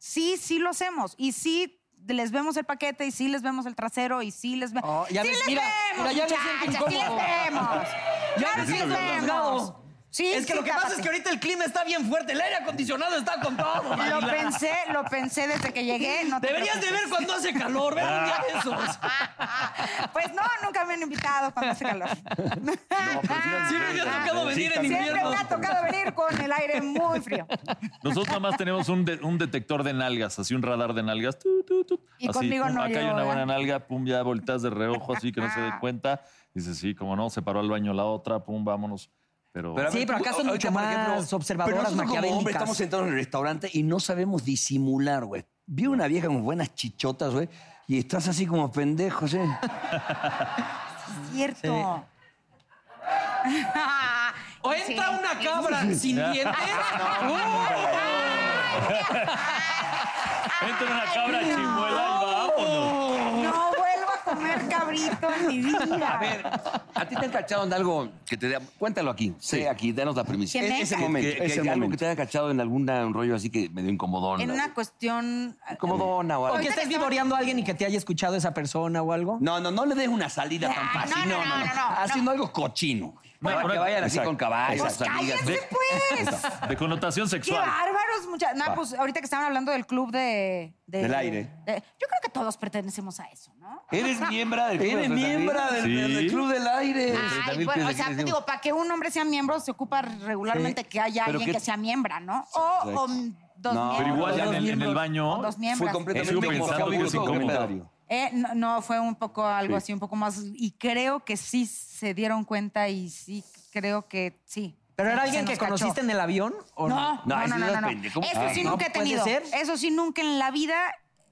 Sí, sí lo hacemos. Y sí les vemos el paquete, y sí les vemos el trasero, y sí les vemos. Oh, ya sí ves, les mira, vemos, mira, ya me muchachas, siento sí incómodo. les vemos. Claro, me sí les siento vemos. juzgado. Sí, es que sí, lo que pasa tápate. es que ahorita el clima está bien fuerte, el aire acondicionado está con todo. Lo Manila. pensé, lo pensé desde que llegué. No te Deberías de preocupes. ver cuando hace calor, ver un día de esos. Pues no, nunca me han invitado cuando hace calor. Ah. Siempre me ha tocado venir en Siempre invierno. me ha tocado venir con el aire muy frío. Nosotros nada más tenemos un, de- un detector de nalgas, así un radar de nalgas. Tu, tu, tu. Y Así, conmigo pum, no Acá hay llegó, ¿eh? una buena ¿verdad? nalga, pum, ya volteas de reojo así que no se dé cuenta. Dices, sí, como no, se paró al baño la otra, pum, vámonos. Pero, Sí, pero acá son mucho más observadoras Pero nosotros como hombres maquiavélicas. estamos sentados en el restaurante y no sabemos disimular, güey. Vi una vieja con buenas chichotas, güey, y estás así como pendejo, ¿sí? Ah, Cierto. O entra Sí. una cabra sin dientes. Ah, entra una cabra chimuela y vámonos. No vuelvo a comer cabrito en mi vida. A ver, ¿a ti te han cachado en algo que te da- Cuéntalo aquí, sé aquí, danos la premisa. Que me ese ca- momento, Que- que- ese que algo que momento. te haya cachado en algún rollo así que medio incomodón. en una así. cuestión. Incomodona o O algo. que estés vivoreando a alguien y que te haya escuchado esa persona o algo. No, no, no le des una salida Ah, tan fácil. no, no, no, no, no, Haciendo algo cochino. No, No, una- que vayan así Exacto. con caballos, Pues sus amigas. cállense, pues. De connotación Qué sexual. bárbaros, muchachos. No, pues ahorita que estaban hablando del club de. de- Del aire. de- yo creo que todos pertenecemos a eso, ¿no? Eres miembro del club. Eres miembro del, Sí. del Club del Ah, Aire. Ay, bueno, o sea, digo, para que un hombre sea miembro se ocupa regularmente que haya alguien que sea miembro, ¿no? O, o dos No, Pero miembros. igual ya en dos el, en el baño. miembros, dos Fue miembros. Sigo completamente pensando que es incómodo. Eh, no, no, fue un poco algo así, un poco más. Y creo que sí se dieron cuenta y sí creo que sí. ¿Pero era Se alguien nos que cachó. conociste en el avión? ¿o No, no, ese no no, no, no, no. depende. ¿Cómo? Eso sí Ah, nunca he ¿no? ¿Puede tenido. ser? Eso sí nunca en la vida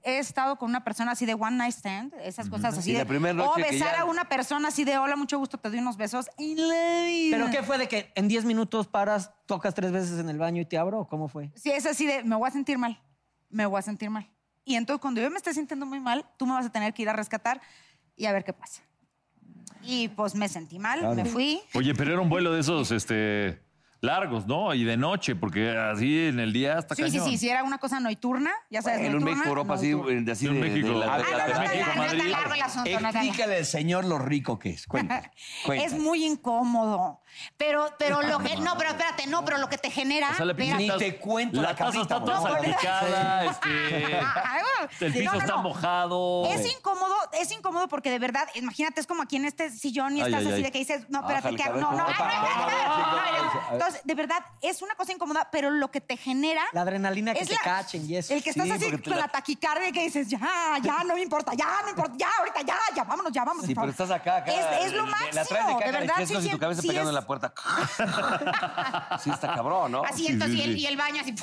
he estado con una persona así de one night stand, esas cosas así. Y la de- primera o noche que besar ya- a una persona así de hola, mucho gusto, te doy unos besos. en la vida. ¿Pero qué fue de que en 10 minutos paras, tocas tres veces en el baño y te abro? ¿o ¿Cómo fue? Sí, es así de me voy a sentir mal, me voy a sentir mal. Y entonces cuando yo me esté sintiendo muy mal, tú me vas a tener que ir a rescatar y a ver qué pasa. Y pues me sentí mal, me fui. Oye, pero era un vuelo de esos este, largos, ¿no? Y de noche, porque así en el día hasta Sí, sí, cañón. sí, sí, era una cosa nocturna, ya sabes, En un nocturna, México, Europa, así, nocturna. de- así En de, México. de la- Ah, Ah, no, no, de México, no, tan- no tan Madrid. largo el asunto, no tan largo. Explícale al señor lo rico que es. Cuenta. Es muy incómodo. Pero, pero lo que. No, pero espérate, no, pero lo que te genera. O sea, la espera. pinche taza- te cuento La la taza capita, está toda güey. salpicada, este, Ay, el ah, sí, piso no, no, está no. mojado. Es incómodo, es incómodo porque de verdad, imagínate, es como aquí en este sillón y Ay, estás ay, así ay. de que dices, no, Bájale, espérate, que cabrón, no, no, ¿cómo ay, no, va? ay, no, ay, no. Entonces cosa, de verdad, es una cosa incómoda, pero lo que te genera. La adrenalina que es te la- cachen y eso. El que estás Sí, así porque te con la... la- taquicardia que dices, ya, ya, no me importa, ya, no me importa, ya, ahorita, ya, ya, vámonos, ya, vámonos. Sí, por pero favor. estás acá, acá. Es, es lo la- máximo, La traes de de, caca, de verdad. chescos sí, y tu cabeza sí pegando es- en la puerta. sí, está cabrón, ¿no? Así, Sí, entonces, sí, y, el, sí. y el baño así.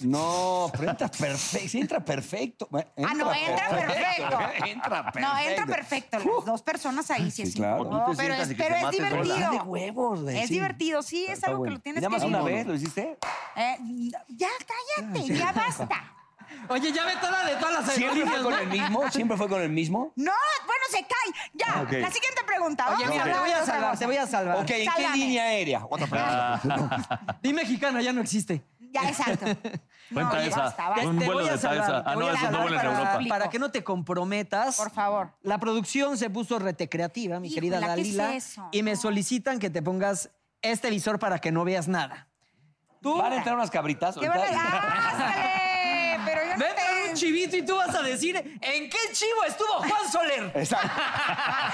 No, pero entra perfecto. Sí, entra perfecto. Bueno, Ah, no, entra perfecto. Entra perfecto. No, entra perfecto. Las dos personas ahí, sí, Sí, es claro. incómodo, O tú te pero sientas es, y que pero te es mates sola. divertido. De huevos, güey, Es sí. divertido, sí, es algo que lo tienes Nada que más una vivir. vez lo hiciste. Ah, Eh, ya, cállate, ya basta. Oye, ya ve toda de todas las ¿Siempre fue aerolíneas, con ¿no? el mismo? ¿Siempre fue con el mismo? No, bueno, se cae. Ya, Ah, ok. la siguiente pregunta. Oye, Vamos mira, a te hablar voy de a otra salvar, cosa. te voy a salvar. Ok, ¿en qué Sálvame. línea aérea? Otra pregunta. Di mexicana, ya no existe. Ya, exacto. Cuenta No, ya esa. basta, basta. Un Te vuelo voy a de salvar, Taesa. te Ah, voy no, a esos no salvar vuelan a para- Europa. Para que no te comprometas. Por favor. La producción se puso rete creativa, mi querida Híjola, ¿qué es Dalila. eso? Y me solicitan que te pongas este visor para que no veas nada. Tú. Van a entrar unas cabritas. Te van a... ahorita. ¡Ándale! Pero yo no Va a entrar te... un chivito y tú vas a decir ¿En qué chivo estuvo Juan Soler? Exacto.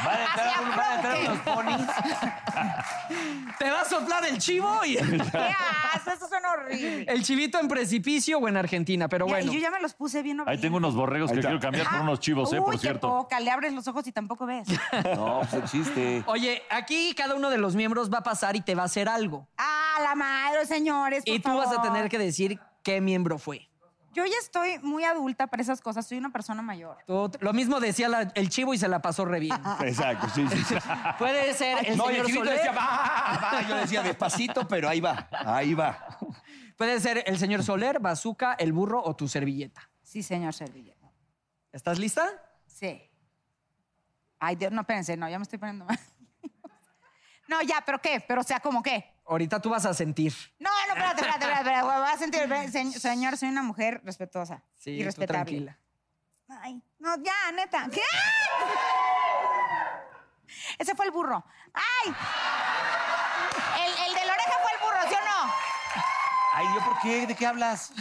Van a entrar, Hacia algunos- van a entrar abajo, unos ponis. Te va a soplar el chivo y ¿Qué haces? Eso suena horrible. el chivito en precipicio o en Argentina, pero Ya, bueno. y yo ya me los puse bien Ah, Ahí tengo unos borregos que quiero cambiar por unos chivos, ¿eh? Por cierto. Poca, le abres los ojos y tampoco ves. No, pues el chiste. Oye, aquí cada uno de los miembros va a pasar y te va a hacer algo. ¡Ah, la madre, señores! por Y tú vas a favor. tener que decir qué miembro fue. Yo ya estoy muy adulta para esas cosas. Soy una persona mayor. Tú- lo mismo decía la- el chivo y se la pasó re bien. Exacto, sí, sí. sí. Puede ser el No, y señor el chivito Soler. decía, va, va. Yo decía, despacito, pero ahí va, ahí va. Puede ser el señor Soler, Bazooka, el burro o tu servilleta. Sí, señor Servilleta. ¿Estás lista? Sí. Ay, Dios, no, espérense. No, ya me estoy poniendo mal. No, ya, ¿pero qué? ¿Pero o sea como qué? Ahorita tú vas a sentir. No, no, espérate, espérate, espérate. espérate, Voy a sentir... se- Señor, soy una mujer respetuosa Sí, y tú respetable. tranquila. Ay, no, ya, neta. ¿Qué? Ese fue el burro. ¡Ay! El, el de la oreja fue el burro, ¿sí o no? Ay, ¿yo por qué? ¿De qué hablas?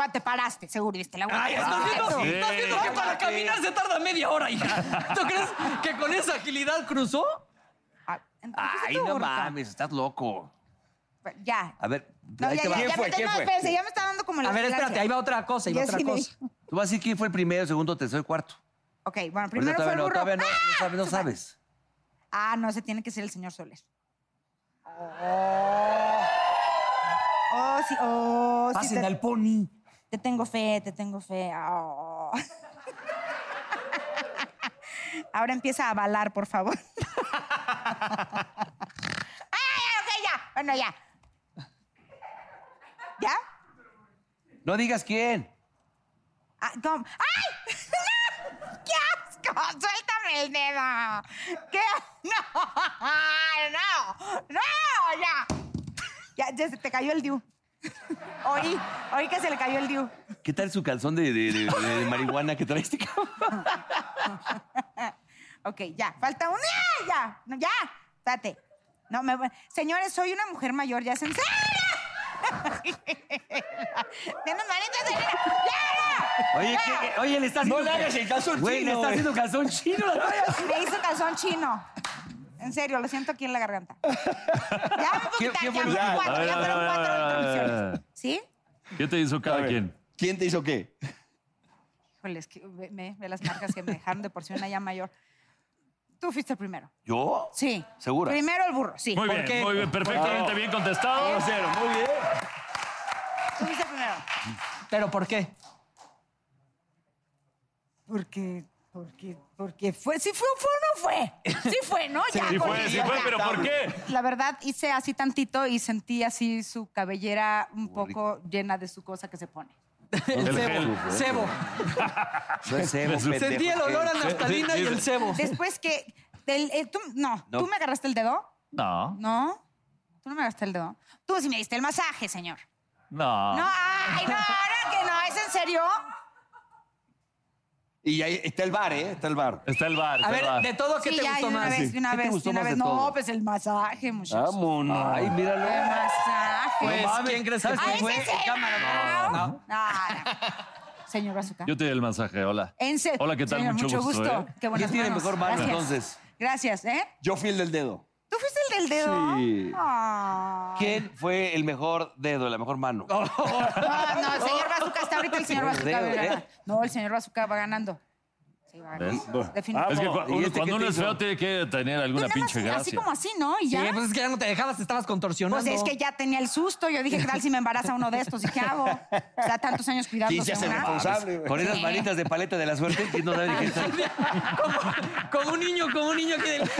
Va, te paraste, seguro, y viste la Ay, estás viendo, estás viendo que para caminar se tarda media hora, hija. ¿Tú crees que con esa agilidad cruzó? Ah, Ay, no mames, estás loco. Ya. A ver, No, ahí ya, te ya, va. ya me está- no, espérense, ya me está dando como la A ver, espérate, desgracia. ahí va otra cosa, ahí va Ya otra sí le- cosa. Tú vas a decir quién fue el primero, segundo, tercero y cuarto. Ok, bueno, Ahorita primero fue el todavía no, todavía burro. no, no sabes, no sabes. Ah, no, ese tiene que ser el señor Soler. Oh, sí, oh, Ah, sí. Pasen te- al pony. Te tengo fe, te tengo fe. Oh. Ahora empieza a balar, por favor. ¡Ay, ok, ya! Bueno, ya. ¿Ya? No digas quién. Ah, ¿cómo? ¡Ay! ¡No! ¡Qué asco! ¡Suéltame el dedo! ¿Qué? ¡No! ¡No! ¡No! ¡Ya! Ya, ya se te cayó el diu. Oí, oí que se le cayó el diu. ¿Qué tal su calzón de, de- de- de marihuana que trae este cabrón? Ok, ya. Falta un. ¡Ah, Ya, no, ya. Date. No, me... Señores, soy una mujer mayor, ya es en serio. Tiene manitas de nena. ¡Ya! Oye, ¿qué- oye, le estás haciendo. No le hagas el calzón güey, Le está haciendo calzón chino. la trae así. Me hizo calzón chino. En serio, lo siento aquí en la garganta. Ya me puedo ¿Quién- quitar, quién fue el- ya fueron A cuatro, ver, ya a ver, fueron a ver, a ver, cuatro a ver. interrupciones. ¿Sí? ¿Qué te hizo A cada ver. quien? ¿Quién te hizo qué? Híjole, es que ve, ve- ve las marcas que me dejaron de por sí una ya mayor. Tú fuiste el primero. ¿Yo? Sí. ¿Segura? Primero el burro, sí. Muy ¿Por bien, qué? muy bien, perfectamente bien contestado. muy bien. Tú fuiste el primero. ¿Pero por qué? Porque, porque, porque fue, si fue, fue o no fue. Sí fue, ¿no? Ya, Sí con fue, eso, sí fue, ya. pero ¿por qué? La verdad, hice así tantito y sentí así su cabellera un poco llena de su cosa que se pone. El, cebo. gel. Cebo. No es cebo, pendejo, Sentí el ¿qué? olor a naftalina y el cebo. Después que. del- eh, tú, no, No. ¿tú me agarraste el dedo? No, No. ¿Tú no me agarraste el dedo? Tú sí me diste el masaje, señor. no. Ah. No, ay, no, ahora que no, ¿es en serio? Y ahí está el bar, ¿eh? Está el bar. Está el bar, está A el ver, bar. de todo, ¿qué Sí, te ya, gustó de una más? vez, de una ¿Qué te vez, gustó de una más de vez. No, todo? Ah, pues el masaje, muchachos. Vámonos. Ay, El míralo. masaje. Pues, ¿quién crees que Ah, fue? ¿es en serio? Cámara, no. No, no. Señor Bazooka. Yo te di el masaje, hola. En serio. Hola, ¿qué tal? Señor, Mucho gusto, ¿eh? Qué buenas ¿Quién tiene manos. mejor mano, Gracias. entonces? Gracias, ¿eh? Yo fui el del dedo. Tú fuiste el cortaste el dedo? Sí. Ah. ¿Quién fue el mejor dedo, la mejor mano? Ah, no, el señor Bazooka está ahorita, el señor Los Bazooka va dedos, ganando. ¿eh? No, el señor Bazooka va ganando. Sí, va ganando. Ah, es que Definitivamente. cua- Tú uno- nada cuando uno es más feo tiene que tener alguna pinche Así gracia. como así, ¿no? Y ya. Sí, pues es que ya no te dejabas, te estabas contorsionando. Pues es que ya tenía el susto. Yo dije, ¿qué tal si me embaraza uno de estos? ¿Y qué hago? O sea, tantos años cuidándose. una. Con esas manitas de paleta de la suerte, ¿quién no sabe ni qué está? Como un niño, como un niño que del...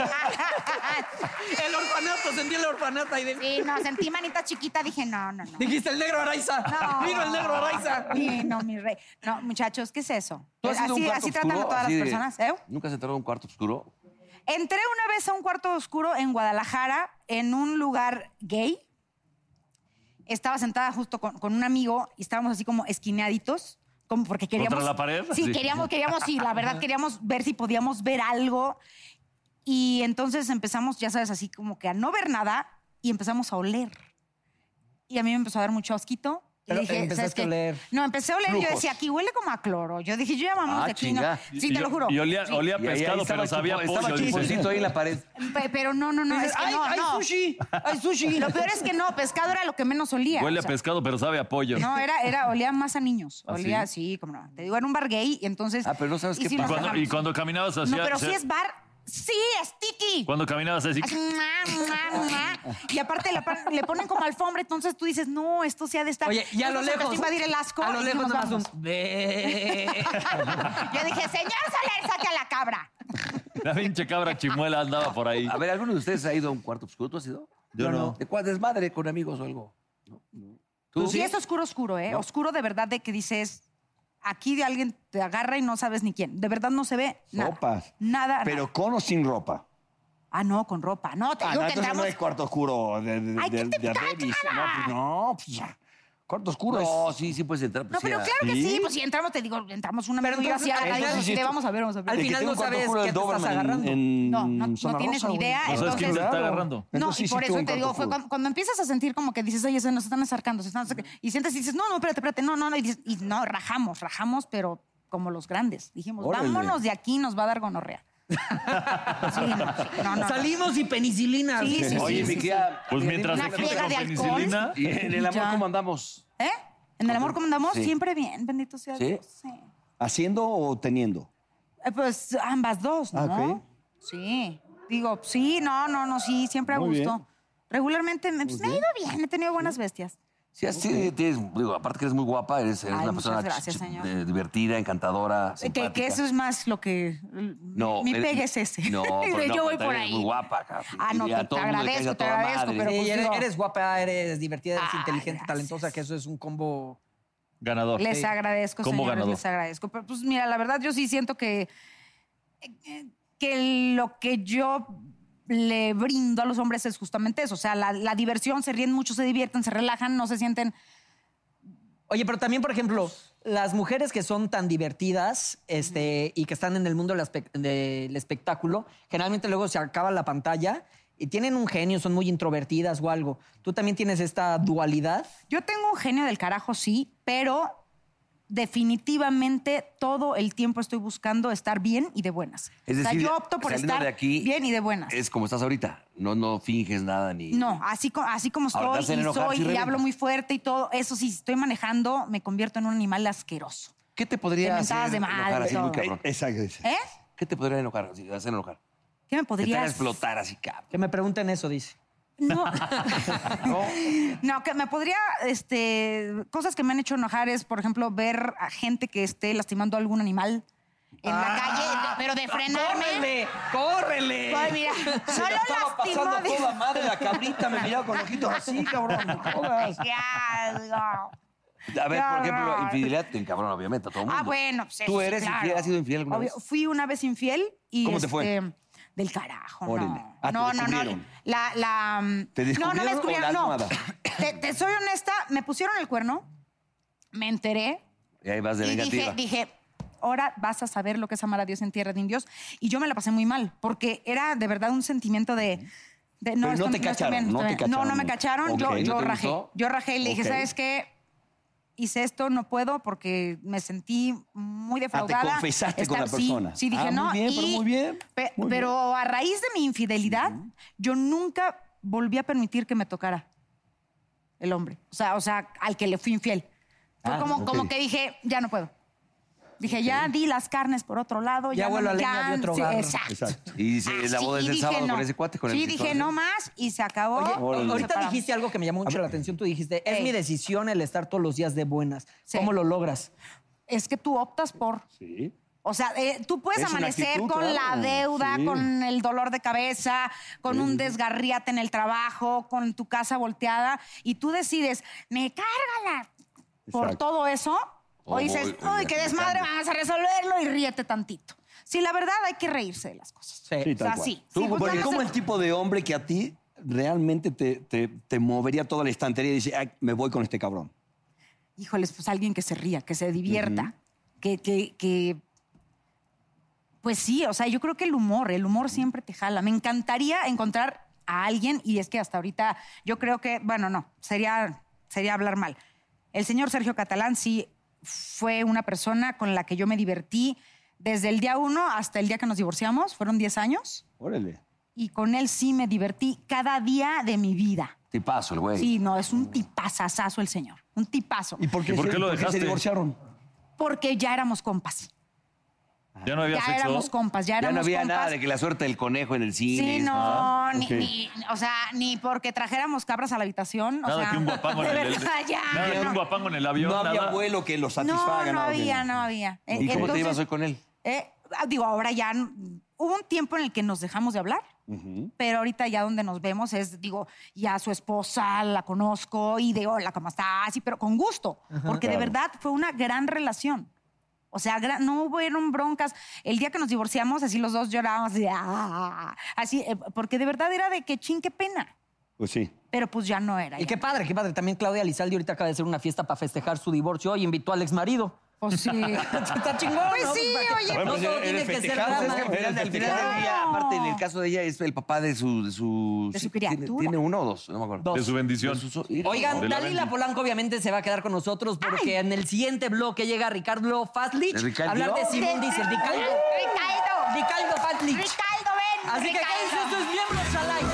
El orfanato, sentí el orfanato ahí de... Sí, no, sentí manita chiquita, dije, no, no, no. Dijiste el negro Araiza. No. Vino el negro Araiza. Sí, no, mi rey. No, muchachos, ¿qué es eso? ¿Tú has ido a un Así, cuarto así tratan a oscuro, todas así las de- personas, ¿eh? ¿Nunca se entró a un cuarto oscuro? Entré una vez a un cuarto oscuro en Guadalajara, en un lugar gay. Estaba sentada justo con, con un amigo y estábamos así como esquineaditos, como porque queríamos. ¿Contra la pared? Sí, Sí. queríamos, queríamos, sí, la verdad, queríamos ver si podíamos ver algo. Y entonces empezamos, ya sabes, así como que a no ver nada y empezamos a oler. Y a mí me empezó a dar mucho asquito. Y Pero dije, empezaste ¿sabes qué? a oler. No, empecé a oler y yo Flujos. decía, aquí huele como a cloro. Yo dije, yo ya vamos Ah, de aquí. ¿no? chinga. Sí, te lo juro. Y olía, Sí. olía a Y ahí- ahí pescado, estaba pero el sabía chupo- pollo. Estaba dice. chuponcito ahí en la pared. Pe- Pero no, no, no, es que ¡Ay, no, ay, no. sushi! ¡Ay, sushi! Lo peor es que no, pescado era lo que menos olía. Huele o a sea, pescado, pero sabe a pollo. No, era, era, olía más a niños. ¿Ah, olía sí? así, como no. Te digo, era un bar gay y entonces. Ah, pero no sabes y qué sí y, nos cuando, bajamos. y cuando caminabas hacia... No, pero hacia- si es bar, sí, es tiki. Cuando caminabas así... Así, mua, mua, mua. Y aparte la par- le ponen como alfombra, entonces tú dices, no, esto se ha de estar. Oye, y a esto lo se lejos. nos va a invadir el asco. A y lo dijimos, lejos nomás "Vamos". un... "Ve". Yo dije, señor Soler, saque a la cabra. La pinche cabra chimuela andaba por ahí. A ver, ¿alguno de ustedes ha ido a un cuarto oscuro? ¿Tú has ido? Yo no. ¿De cuál desmadre con amigos o algo? No, no. ¿Tú? Sí, es oscuro, oscuro, ¿eh? Oscuro de verdad de que dices, aquí de alguien te agarra y no sabes ni quién. De verdad no se ve nada. Sopas. Nada. Pero nada. con o sin ropa. Ah, no, con ropa. No, te Ah, digo no, que entonces entramos. no es cuarto oscuro de, de, Ay, de- ¿qué te de Adebis. No, pues no, pues ya. Cuarto oscuro No, es- sí, sí puedes entrar. pues, No, sí, pero a- claro que ¿Sí? sí. Pues si entramos, te digo, entramos una Pero vez y yo así entonces, a la entonces calle, sí así de, es- vamos a ver, vamos a ver. Al El que final tiene no un cuarto sabes oscuro qué es te estás Doberman en- agarrando. en No, no- no Zona tienes Rosa, ni güey. idea, No sabes quién te está agarrando. No, Entonces y sí, por sí tuve eso un te digo, cuarto fue oscuro. cuando, cuando empiezas a sentir como que dices, oye, se nos están acercando, se están acercando. Y sientes y dices, no, no, espérate, espérate, no, no, no. Y, dices, y no, rajamos, rajamos, pero como los grandes. Dijimos, Órale. vámonos de aquí, nos va a dar gonorrea. Sí, no, sí, no, no, no. Salimos y penicilina. Sí, sí, sí. Oye, mi querida. Pues mientras Una te quitas friega con de alcohol. penicilina... ¿Y en el amor Ya. cómo andamos? ¿Eh? En el amor como andamos, Sí. siempre bien, bendito sea ¿Sí? Dios. Sí. ¿Haciendo o teniendo? Eh, pues ambas dos, ¿no? Ah, ok. Sí. Digo, sí, no, no, no, sí, siempre a Muy bien. gusto. Regularmente me, pues, me ha ido bien, he tenido buenas bestias. Sí, así tienes, digo, aparte que eres muy guapa, eres, eres Ay, una muchas persona gracias, ch- señor. eh, divertida, encantadora, Eh, Que, simpática. que eso es más lo que... No, mi eres- pegue es ese. No, pero Yo no, voy pero por eres ahí. muy guapa, cabrón. Ah, no, Y a te- te todo mundo le caes a agradezco, te toda agradezco, madre. pero- Sí, eres, contigo. eres guapa, eres divertida, eres Ay, inteligente, gracias. talentosa, que eso es un combo. Ganador. Les Sí. agradezco, Combo señores, ganador. les agradezco. Pero pues mira, la verdad yo sí siento que, que lo que yo le brindo a los hombres es justamente eso. O sea, la, la diversión, se ríen mucho, se divierten, se relajan, no se sienten... Oye, pero también, por ejemplo, las mujeres que son tan divertidas este, y que están en el mundo del, espe- del espectáculo, generalmente luego se acaba la pantalla y tienen un genio, son muy introvertidas o algo. ¿Tú también tienes esta dualidad? Yo tengo un genio del carajo, sí, pero definitivamente todo el tiempo estoy buscando estar bien y de buenas. Es o sea, decir, yo opto por saliendo estar de aquí, bien y de buenas. Es como estás ahorita. No, no finges nada ni. No, así, co- así como Ahora te estoy hacen y enojar, soy sí, y revienta. hablo muy fuerte y todo, eso sí, si estoy manejando, me convierto en un animal asqueroso. ¿Qué te podría hacer Te mentadas de enojar madre, así, muy todo. cabrón? Exacto. ¿Eh? ¿Qué te podría enojar, así, hacer enojar? ¿Qué Que te me haga podrías...? explotar así, cabrón. Que me pregunten eso, dice. No. No. No, que me podría, este, cosas que me han hecho enojar es, por ejemplo, ver a gente que esté lastimando a algún animal en Ah. la calle, pero de frenarme. ¡Córrele! ¡Córrele! Ay, mira, Se no la estaba lo lastimó. pasando dijo. toda madre la cabrita, me miraba con ojitos así, cabrón. no jodas. Qué asco. A ver, por Qué ejemplo, horror. infidelidad te encabrona, obviamente, a todo mundo. Ah, bueno, pues eso ¿Tú sí, eres claro. infiel? ¿Has sido infiel alguna Obvio, vez? Fui una vez infiel y. ¿Cómo te fue? este, Del carajo, Órale. no. Ah, ¿te no, no, no. descubrieron? La, la, mm, ¿Te no, no descubrieron me o descubrieron, la no. almohada? Te, te soy honesta, me pusieron el cuerno, me enteré Y ahí vas de y vengativa. dije, dije, ahora vas a saber lo que es amar a Dios en tierra de indios. Y yo me la pasé muy mal, porque era de verdad un sentimiento de... de, Pero no esto- te esto está cacharon, bien, no esto está te bien. no, cacharon no me nunca. cacharon, Ok, yo, ¿no yo te rajé. gustó? Yo rajé y le dije, Ok. ¿sabes qué? Hice esto, no puedo porque me sentí muy defraudada. Ah, confesaste con la sí, persona. Sí, dije Ah, muy no. bien, pero y- muy bien, pe- muy bien. pero a raíz de mi infidelidad, yo nunca volví a permitir que me tocara el hombre. O sea, o sea al que le fui infiel. Fue Ah, como, ok. como que dije, ya no puedo. Dije, ya di las carnes por otro lado. Ya no vuelo a me leña de can- otro sí, hogar. exacto. Ah, Y se- la Sí, boda es el dije sábado no. con ese cuate, con el Sí, que dije estaba- no más y se acabó. Oye, Órale. ahorita Separamos. dijiste algo que me llamó mucho la atención. Tú dijiste, es Ey. mi decisión el estar todos los días de buenas. ¿Cómo lo logras? Es que tú optas por. Sí. O sea, eh, tú puedes Es una amanecer actitud, con claro, la deuda, sí. con el dolor de cabeza, con Sí. un desgarriate en el trabajo, con tu casa volteada, y tú decides, me cárgala por Exacto. todo eso, o, O dices, voy- o uy, me- qué me desmadre, cambio". vamos a resolverlo y ríete tantito. Sí, la verdad hay que reírse de las cosas. Sí, o sea, tal cual. sí. Tú, sí, porque porque no ¿cómo se- pues el tipo de hombre que a ti realmente te, te- te movería toda la estantería y dice, "Ay, me voy con este cabrón? híjoles, pues alguien que se ría, que se divierta, que, que, que- Pues sí, o sea, yo creo que el humor, el humor siempre te jala. Me encantaría encontrar a alguien, y es que hasta ahorita yo creo que, bueno, no, sería, sería hablar mal. El señor Sergio Catalán sí fue una persona con la que yo me divertí desde el día uno hasta el día que nos divorciamos, fueron 10 años, Órale. y con él sí me divertí cada día de mi vida. Te paso el güey. Sí, no, es un tipazazazo el señor, un tipazo. ¿Y por qué, ¿Y por se- qué lo se dejaste? divorciaron? Porque ya éramos compas. Ya no ya éramos compas, ya Ya éramos no había compas. nada de que la suerte del conejo en el cine. Sí, esto, no, ni, ni- o sea, ni porque trajéramos cabras a la habitación. o Nada sea, que un guapango en de el, verdad, ya, nada que no. un guapango en el avión. No había nada. vuelo que lo No, satisfaga. no nada. había, no había. Eh, ¿Y cómo te entonces, ibas hoy con él? eh, ah, digo, ahora ya n- hubo un tiempo en el que nos dejamos de hablar, pero ahorita ya donde nos vemos es, digo, ya su esposa la conozco y digo, hola, ¿cómo estás? Sí, pero con gusto, Ajá. porque de Claro. verdad fue una gran relación. O sea, gra- no hubieron broncas. El día que nos divorciamos, así los dos llorábamos, así, "Ah", así, eh, porque de verdad era de que ching, qué pena. Pues sí. Pero pues ya no era. Y qué padre, qué padre. También Claudia Lizaldi ahorita acaba de hacer una fiesta para festejar su divorcio y invitó al exmarido. Pues sí. Está chingón, Pues ¿no? sí, Para que- oye, No pues, todo eres tiene que ser festejado, drama. es que al final- al final del día, aparte, en el caso de ella, es el papá de su. De su, De su tiene- criatura. Tiene uno o dos, no me acuerdo. De su bendición. Pues De su- hijo. Oigan, De la Dalila bendición. Polanco obviamente se va a quedar con nosotros porque en el siguiente bloque llega Ricardo Fazlich ¿El a Ricardo? hablar de Simón Dice. Ricardo. Ricardo. Ricardo Fazlich. Ricardo, ven. Así que quédense Ricardo. sus miembros al aire.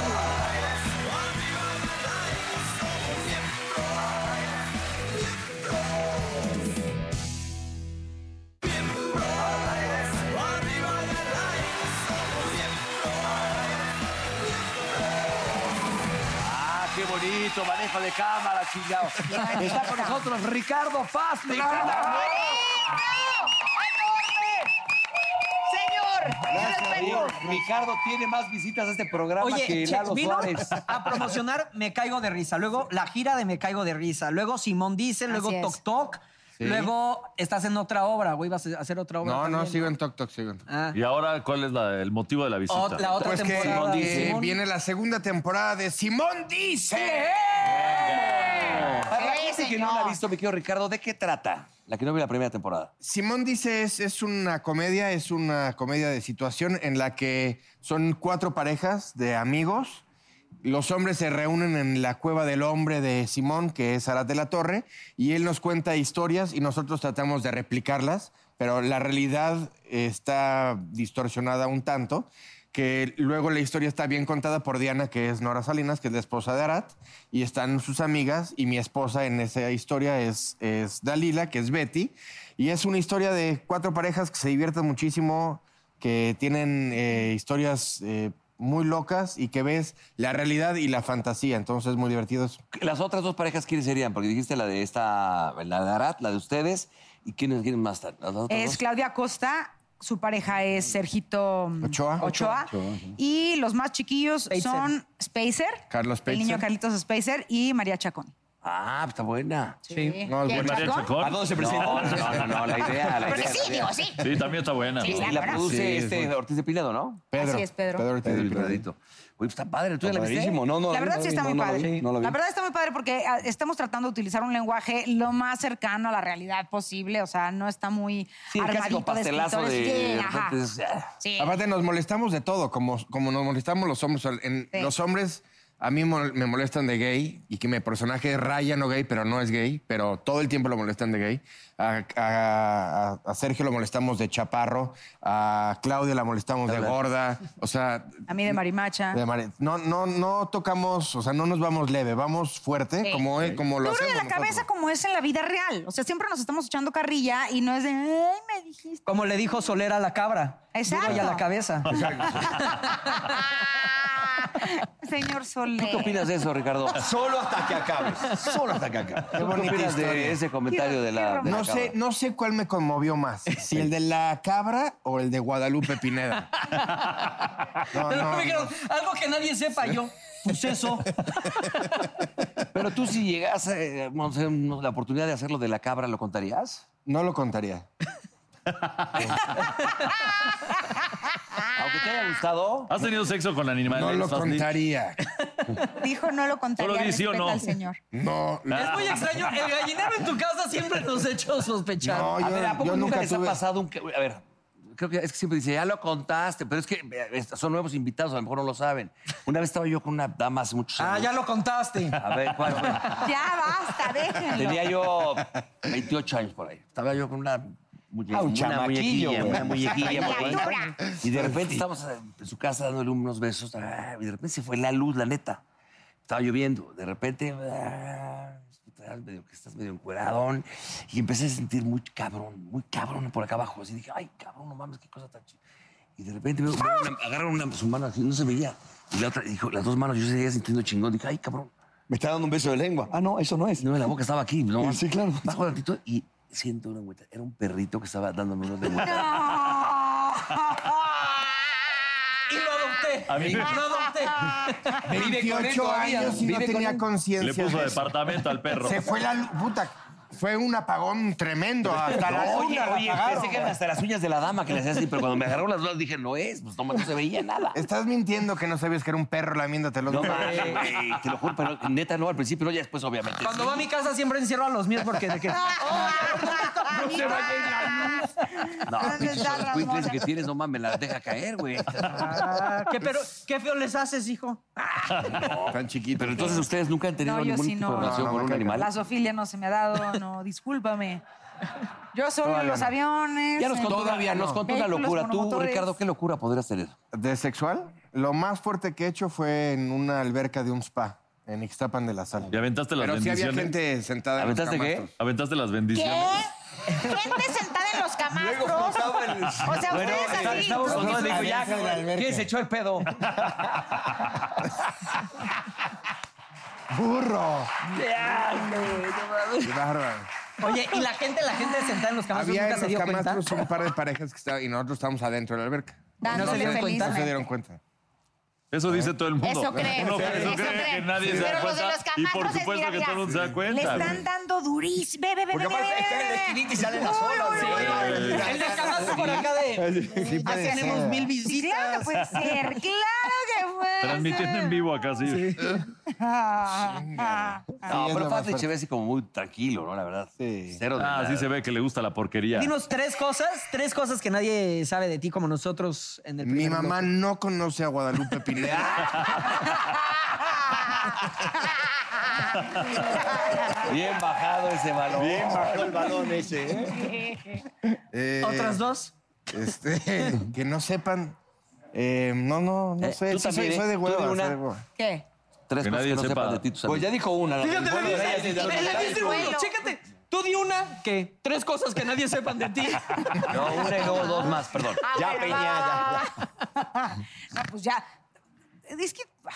Ah, qué bonito, manejo de cámara, chingado. Está con nosotros Ricardo Fazli. Señor, Ricardo tiene más visitas a este programa Oye, que che, Lalo vino Suárez. a promocionar Me Caigo de Risa. Luego la gira de Me Caigo de Risa. Luego Simón Dice, luego Así es. Tok Tok. Sí. Luego estás en otra obra, güey. Vas a hacer otra obra. No, no, también. sigo en Tok Tok, sigo en Tok. Ah. ¿Y ahora cuál es la- el motivo de la visita? Ot- la otra Pues que, temporada de eh, Simón. viene la segunda temporada de Simón dice. Para la gente que no la ha visto, mi querido Ricardo, ¿de qué trata? La que no vi la primera temporada. Simón dice es, es una comedia, es una comedia de situación en la que son cuatro parejas de amigos. Los hombres se reúnen en la cueva del hombre de Simón, que es Arad de la Torre, y él nos cuenta historias y nosotros tratamos de replicarlas, pero la realidad está distorsionada un tanto, que luego la historia está bien contada por Diana, que es Nora Salinas, que es la esposa de Arat, y están sus amigas, y mi esposa en esa historia es, es Dalila, que es Betty, y es una historia de Eh, cuatro parejas que se divierten muchísimo, que tienen eh, historias eh, muy locas y que ves la realidad y la fantasía, entonces muy divertidos. Las otras dos parejas, ¿quiénes serían? Porque dijiste la de esta, la de Arat, la de ustedes. ¿Y quiénes, quiénes más están? ¿Las otras Es dos? Claudia Costa, su pareja es Sergito Ochoa. Ochoa. Y los más chiquillos son Spacer, Carlos el Pérez. niño Carlitos Spacer y María Chacón. Ah, está buena. Sí. No, es ¿Y buena. María ¿Chacón? ¿A dónde se presenta? No, no, no, no, la idea, la idea. Porque sí, la idea. digo, sí. Sí, también está buena. Sí, Y está la buena. produce Sí, es este buena. Ortiz de Pinedo, ¿no? Pedro. Así es, Pedro. Pedro Ortiz de Pinedo. Uy, está padre. ¿Tú ya la viste? Padrísimo, no, no, la verdad no sí está vi, muy no, no padre. la vi, no la vi. la verdad está muy padre porque ah, estamos tratando de utilizar un lenguaje lo más cercano a la realidad posible. O sea, no está muy Sí, el armadito clásico pastelazo escritores. de- ah. de Sí, ajá. repente es- Sí. Aparte nos molestamos de todo, como, como nos molestamos los hombres. En, Sí. Los hombres A mí mol- me molestan de gay y que mi personaje es Ryan o gay, pero no es gay, pero todo el tiempo lo molestan de gay. A, a- a- a Sergio lo molestamos de chaparro, a Claudia la molestamos de gorda. O sea, A mí de marimacha. de mare- no, no, no tocamos, o sea, no nos vamos leve, vamos fuerte, Sí. como, como lo Duro hacemos. de la nosotros. cabeza como es en la vida real. O sea, siempre nos estamos echando carrilla y no es de, ay, me dijiste. Como le dijo Soler a la cabra. Exacto. Duro Y a la cabeza. Señor Soler. ¿Qué opinas de eso, Ricardo? Solo hasta que acabes. Solo hasta que acabes. Qué ¿Qué bonita opinas historia. de ese comentario de la. de la No sé, cámara? no sé cuál me conmovió más, si el de la cabra o el de Guadalupe Pineda. No, Pero no, me dijeron, algo que nadie sepa yo. Pues eso. Pero tú, si llegase eh, no sé, no, la oportunidad de hacerlo de la cabra, ¿lo contarías? No lo contaría. Aunque te haya gustado. ¿Has tenido sexo con animales? No lo Fazli? contaría. Dijo, no lo contaría. Solo di sí o respeta no. al señor. No, Es muy extraño. El gallinero en tu casa siempre nos ha hecho sospechar. no, a yo, ver, ¿a poco yo nunca, nunca les tuve. ha pasado un... que- A ver, creo que es que siempre dice, ya lo contaste, pero es que eh, son nuevos invitados, a lo mejor no lo saben. Una vez estaba yo con una dama hace muchos años. Ah, ya lo contaste. A ver, ¿cuál fue? Ya basta, déjenlo. Tenía yo 28 años por ahí. Estaba yo con una, muñe- Ah, un una chamaquillo, muñequilla, güey. una muñequilla por ahí. Criatura. Y de repente estamos en su casa dándole unos besos. ah, Y de repente se fue la luz, la neta. Estaba lloviendo. De repente, ah, estás medio, que estás medio encueradón. Y empecé a sentir muy cabrón, muy cabrón por acá abajo. Así dije, ay, cabrón, no mames, qué cosa tan chida. Y de repente veo- veo una- agarraron una, su mano así, no se veía. Y la otra, dijo, las dos manos, yo seguía sintiendo chingón. Dije, ay, cabrón. Me está dando un beso de lengua. Ah, no, eso no es. Pues, No, la boca estaba aquí. No, Sí, claro. Bajo la actitud y siento una vuelta. Era un perrito que estaba dándome unos de vuelta. No. Y lo adopté. A mí me- Lo adopté. Vive con él 28 todavía. años y no Vive con tenía él. Le conciencia. puso de eso. departamento al perro. Se fue la luz. Puta, fue un apagón tremendo. Hasta la Oye, luna la oye, apagaron. pensé que eran hasta las uñas de la dama que le hacía así, pero cuando me agarró las dos dije, no es, pues no, no se veía nada. Estás mintiendo que no sabías que era un perro lamiéndote los No dedos. mames, güey, te lo juro, pero neta no, al principio no, ya después obviamente. Cuando sí. va a mi casa siempre encierro a los míos porque de que. No se va No, ¿Dónde pinches está los Ramona? cuincles que tienes, no mames, las deja caer, güey. Ah, ¿Qué, pero, ¿Qué feo les haces, hijo? Tan chiquito. Pero entonces ustedes nunca han tenido No, yo ningún sí tipo de no. relación No, no, con un nunca. animal. La sofilia no se me ha dado, no, discúlpame. Yo solo en Todavía los no. aviones. Ya nos contó, Todavía nos no. contó una Vehículos locura. Tú, monomotores. Ricardo, ¿qué locura podrías tener? ¿De sexual? Lo más fuerte que he hecho fue en una alberca de un spa, en Ixtapan de la Sal. ¿Y aventaste las Pero sí había bendiciones? gente sentada en los ¿Aventaste qué? camastros. ¿Aventaste las ¿Qué? bendiciones? Gente sentada en los camastros. O sea, ustedes así. Estamos ¿no? con no, mis dijo, ya, familiares en la cabrón. alberca. ¿Quién se echó el pedo? ¡Burro! ¡Qué bárbaro! Oye, y la gente, la gente sentada en los camastros Había nunca en se los dio cuenta. camastros un par de parejas que estaban y nosotros estábamos adentro de la alberca. Dándole No se dieron cuenta. No se felizmente. dieron cuenta. Eso dice todo el mundo. Eso cree. Uno- Sí, eso eso cree cree. que nadie Sí. se da Pero los de cuenta. los y por camastros es, supuesto mira, que todo el mundo se da Le cuenta. están dando durísimo. Ve, ve, ve, ve, ve, Porque aparte está en la ve, ve. esquinita y salen las Uy, olas, uy, sí. uy, uy, uy. El del camastro por acá de. Sí, Ya puede tenemos ser. mil Sí, Claro que visitas. puede ser, claro que puede Transmitiendo ser. en vivo acá, sí. Ah, ah, ah. No, Sí, es pero lo más Fátima fuerte. se ve así como muy tranquilo, ¿no? La verdad. Sí. Cero de Ah, nada. sí se ve que le gusta la porquería. Dinos tres cosas, tres cosas que nadie sabe de ti como nosotros en el Mi primer mamá bloque. no conoce a Guadalupe Pineda. Bien bajado ese balón. Eh, Bien bajado el balón ese, ¿eh? Eh, Otras dos. Este, que no sepan. Eh, no, no, no Eh, sé. tú Sí, también, soy, ¿eh? soy de Tú hueva. di soy una. de hueva. ¿Qué? Tres Que cosas que nadie no sepa. sepan de ti, tus Pues amigos. ya dijo una. la del gordo de Reyes, de Le la- diste uno, Bueno. Chécate. Tú di una que tres cosas que nadie sepan de ti. No, una y luego dos más, perdón. Ah, Ah, Ya, Peña, ya. No, pues ya. Es que. ah,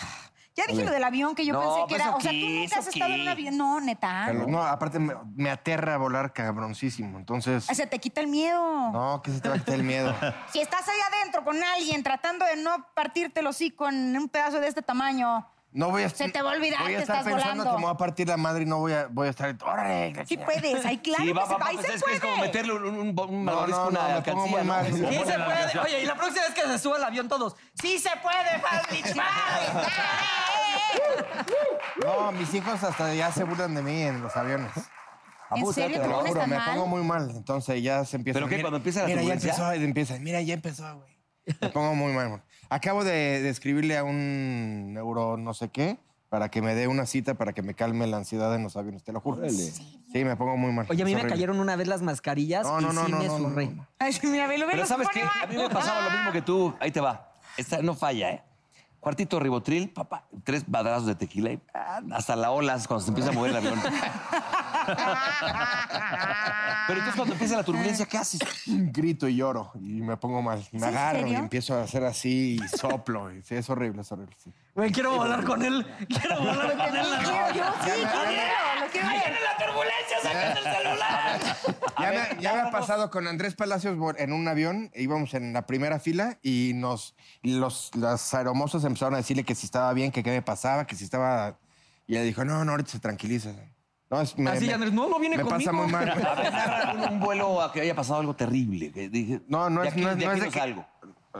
Ya dije lo del avión que yo No, pensé que pues, era. O sea, ¿eso tú qué? nunca has ¿eso estado en un qué? avión. No, neta. Pero no, aparte me, me aterra a volar cabroncísimo. Entonces, O sea, te quita el miedo. no, que se te va a quitar el miedo. Si estás ahí adentro con alguien tratando de no partirte el hocico en un pedazo de este tamaño. No voy a Se te va a olvidar Voy a que estar estás pensando volando. que me va a partir la madre y no voy a, voy a estar. ¡Órale! la Sí chingada! puedes, ahí claro Sí, que va, se- va, va. ahí pues se es que puede. es como meterle un, un, un No, malvavisco, no, una no, me pongo alcancía, muy ¿no? mal. Sí se puede. Oye, y la próxima vez que se suba al avión todos. Sí se puede, Fabri. No, mis hijos hasta ya se burlan de mí en los aviones. ¿En Apúntate, serio Te te lo pones juro, tan me pongo mal? muy mal. Entonces ya se empieza. ¿Pero qué, Mira, cuando empieza la Mira, ya turbulencia? empezó, y empieza. Mira, ya empezó, güey. Me pongo muy mal. güey. Acabo de, de escribirle a un neuro no sé qué para que me dé una cita para Mm, que me calme la ansiedad en los aviones, te lo juro. Sí, me pongo muy mal. Oye, a mí Es me horrible. cayeron una vez las mascarillas No, y no, no, sí no, me no, no, zurré. Ay, sí, mira, velo, Pero velo. ¿sabes qué? A mí me pasaba lo mismo que tú. Ahí te va. Esta no falla, ¿eh? Cuartito ribotril, papá, tres badrazos de tequila y ah, hasta la ola es cuando se empieza a mover el avión. Pero entonces cuando empieza la turbulencia, ¿qué haces? Grito y lloro y me pongo mal. Y me ¿Sí, en agarro y serio? empiezo a hacer así y soplo. y sí, es horrible, es horrible. sí. Güey, quiero volar con él. Quiero volar con él. Quiero, yo sí, quiero, lo quiero ver. la turbulencia, sacando el celular. Ya, me, ya me ha pasado con Andrés Palacios Mor- en un avión, íbamos en la primera fila y nos los, las aeromosas empezaron a decirle que si estaba bien, que qué me pasaba, que si estaba... Y ella dijo, no, no, ahorita se tranquiliza. No, es- me- Así, me- Andrés, no, no viene me pasa conmigo. muy mal. A ver, narra un- un vuelo a que haya pasado algo terrible. que dije, No, no de es, aquí- no, de no aquí es de no que- salgo.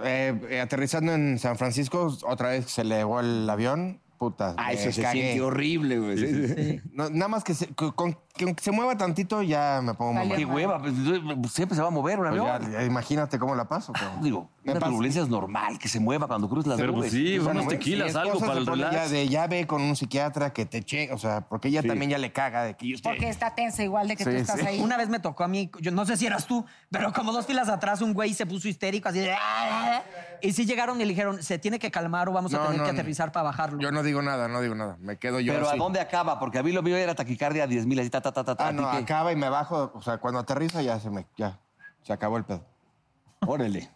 Eh, eh, aterrizando en San Francisco, otra vez se le llevó el avión. Puta. Ah, me eso se cagué. siente horrible, güey. No, nada más que se, con- con- que se mueva tantito ya me pongo muy Qué mal. hueva, pues, siempre se va a mover un Pues avión. ya- ya imagínate cómo la paso. cabrón. Digo, Me una pasa. turbulencia es normal que se mueva cuando cruzas las Pero, nubes. pues, sí, Entonces, unos bueno, tequilas, sí, es algo cosa para de el poner Ya ya de- de ya ve con un psiquiatra que te che, o sea, porque ella Sí. también ya le caga de que yo estoy. Porque está tensa igual de que tú Sí, estás sí. ahí. Una vez me tocó a mí, yo no sé si eras tú, pero como dos filas atrás un güey se puso histérico así. de, "Ah". Y sí llegaron y le dijeron, se tiene que calmar o vamos a No, tener no, que no. aterrizar para bajarlo. Yo no digo nada, no digo nada. Me quedo yo. Pero ¿a así. dónde acaba? Porque a mí lo mío era taquicardia a 10.000, así ta, ta, ta, ta, ta. Ah, ¿A ti no, qué? acaba y me bajo. O sea, cuando aterrizo ya se me. Ya. Se acabó el pedo. Órale.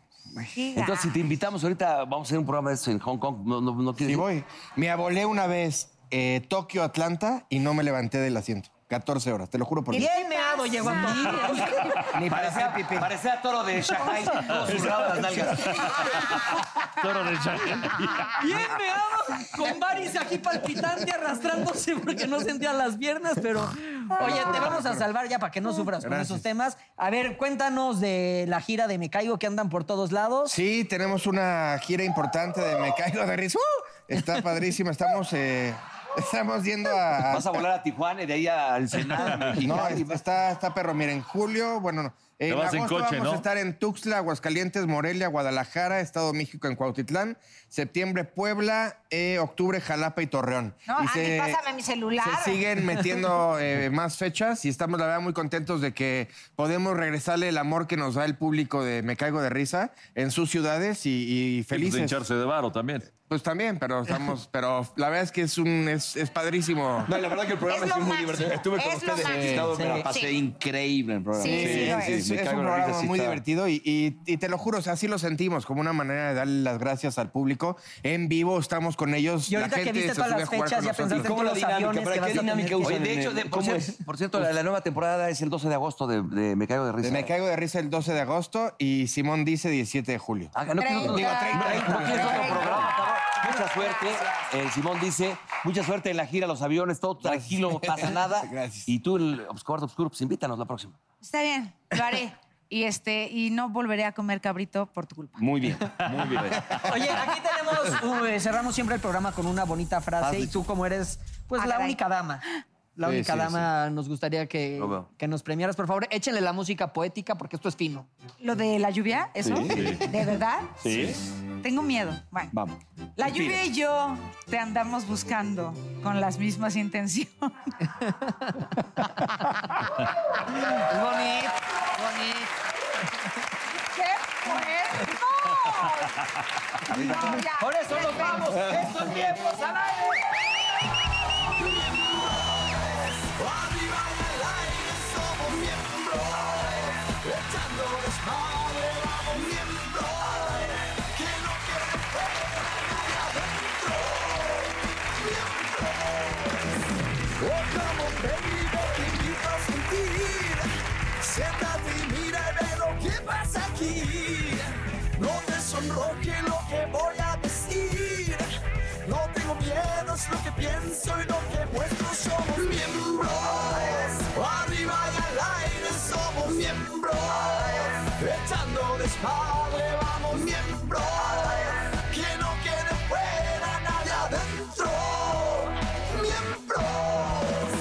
Entonces, si te invitamos ahorita, vamos a hacer un programa de eso en Hong Kong. No, no, no quieres ir? Y voy. Me abolé una vez eh, Tokio, Atlanta y no me levanté del asiento. 14 horas, te lo juro por Dios. Bien meado llegó a Ni para parecía, hacer pipí. parecía toro de Shanghai, todo zurrado las nalgas. Toro de Shanghai. Bien meado, con varis aquí palpitante, arrastrándose porque no sentía las piernas, pero... Oye, te vamos a salvar ya para que no sufras con Gracias. esos temas. A ver, cuéntanos de la gira de Me Caigo que andan por todos lados. Sí, tenemos una gira importante de Me Caigo de Risa. ¡Uh! Está padrísima. Estamos, eh, estamos yendo a. Vas a volar a Tijuana y de ahí al Senado. No, es- está, está perro. Mira, en julio, bueno, no. En vas en agosto coche, vamos ¿no? a estar en Tuxtla, Aguascalientes, Morelia, Guadalajara, Estado de México, en Cuautitlán. Septiembre, Puebla. eh, octubre, Jalapa y Torreón. No, Y Andy, se- pásame mi celular. Se siguen metiendo eh, más fechas y estamos, la verdad, muy contentos de que podemos regresarle el amor que nos da el público de Me Caigo de Risa en sus ciudades y, Feliz y de felices. Pues, hincharse de varo también. también, pero estamos, pero la verdad es que es un es, es padrísimo. No, la verdad que el programa Es es lo muy máximo, divertido. Estuve con es lo ustedes máximo. invitados, me Sí. la pasé Sí. increíble en el programa. Sí, sí, sí, lo es. es, me es cago un en la programa risa, sí muy está. divertido y, y- y te lo juro, o sea, así lo sentimos, como una manera de darle las gracias al público. En vivo estamos con ellos. Y ahorita la que gente viste se todas sube las a jugar fechas, con ya nosotros. pensaste en ¿Cómo todos la los dinámica? aviones ¿Para que qué vas a dinámica tener. usan? Oye, de hecho, de- por, ¿Cómo cierto, por cierto, la, la nueva temporada es el 12 de agosto de, de Me Caigo de Risa. De Me Caigo de Risa el 12 de agosto y Simón dice 17 de julio. Ah, no quiero otro- Digo, no 30. quiero otro programa, cabrón. Mucha suerte. El Simón dice, mucha suerte en la gira, los aviones, todo tranquilo, no pasa nada. Gracias. Y tú, el Obscuro Obscuro, pues invítanos la próxima. Está bien, lo haré. Y, este, y no volveré a comer cabrito por tu culpa. Muy bien, muy bien. Oye, aquí tenemos, uh, cerramos siempre el programa con una bonita frase y tú como eres, pues Ah, la caray. única dama. La Ah, Sí, única sí, dama nos gustaría que, Lo veo. que nos premiaras. Por favor, échenle la música poética porque esto es fino. ¿Lo de la lluvia? ¿Eso? ¿De verdad? Sí. Tengo miedo. Bueno. Vamos. La lluvia y yo te andamos buscando con las mismas intenciones. Es bonito, bonito. ¡Qué fuerte! No, ya. Por eso nos vamos. Estos tiempos al aire. Siéntate y mira y ve lo que pasa aquí. No te sonroje lo que voy a decir. No tengo miedo, es lo que pienso y lo que muestro. Somos miembros. Arriba y al aire somos miembros. Echando desmadre vamos miembros. Que no quede fuera nadie adentro. Miembros.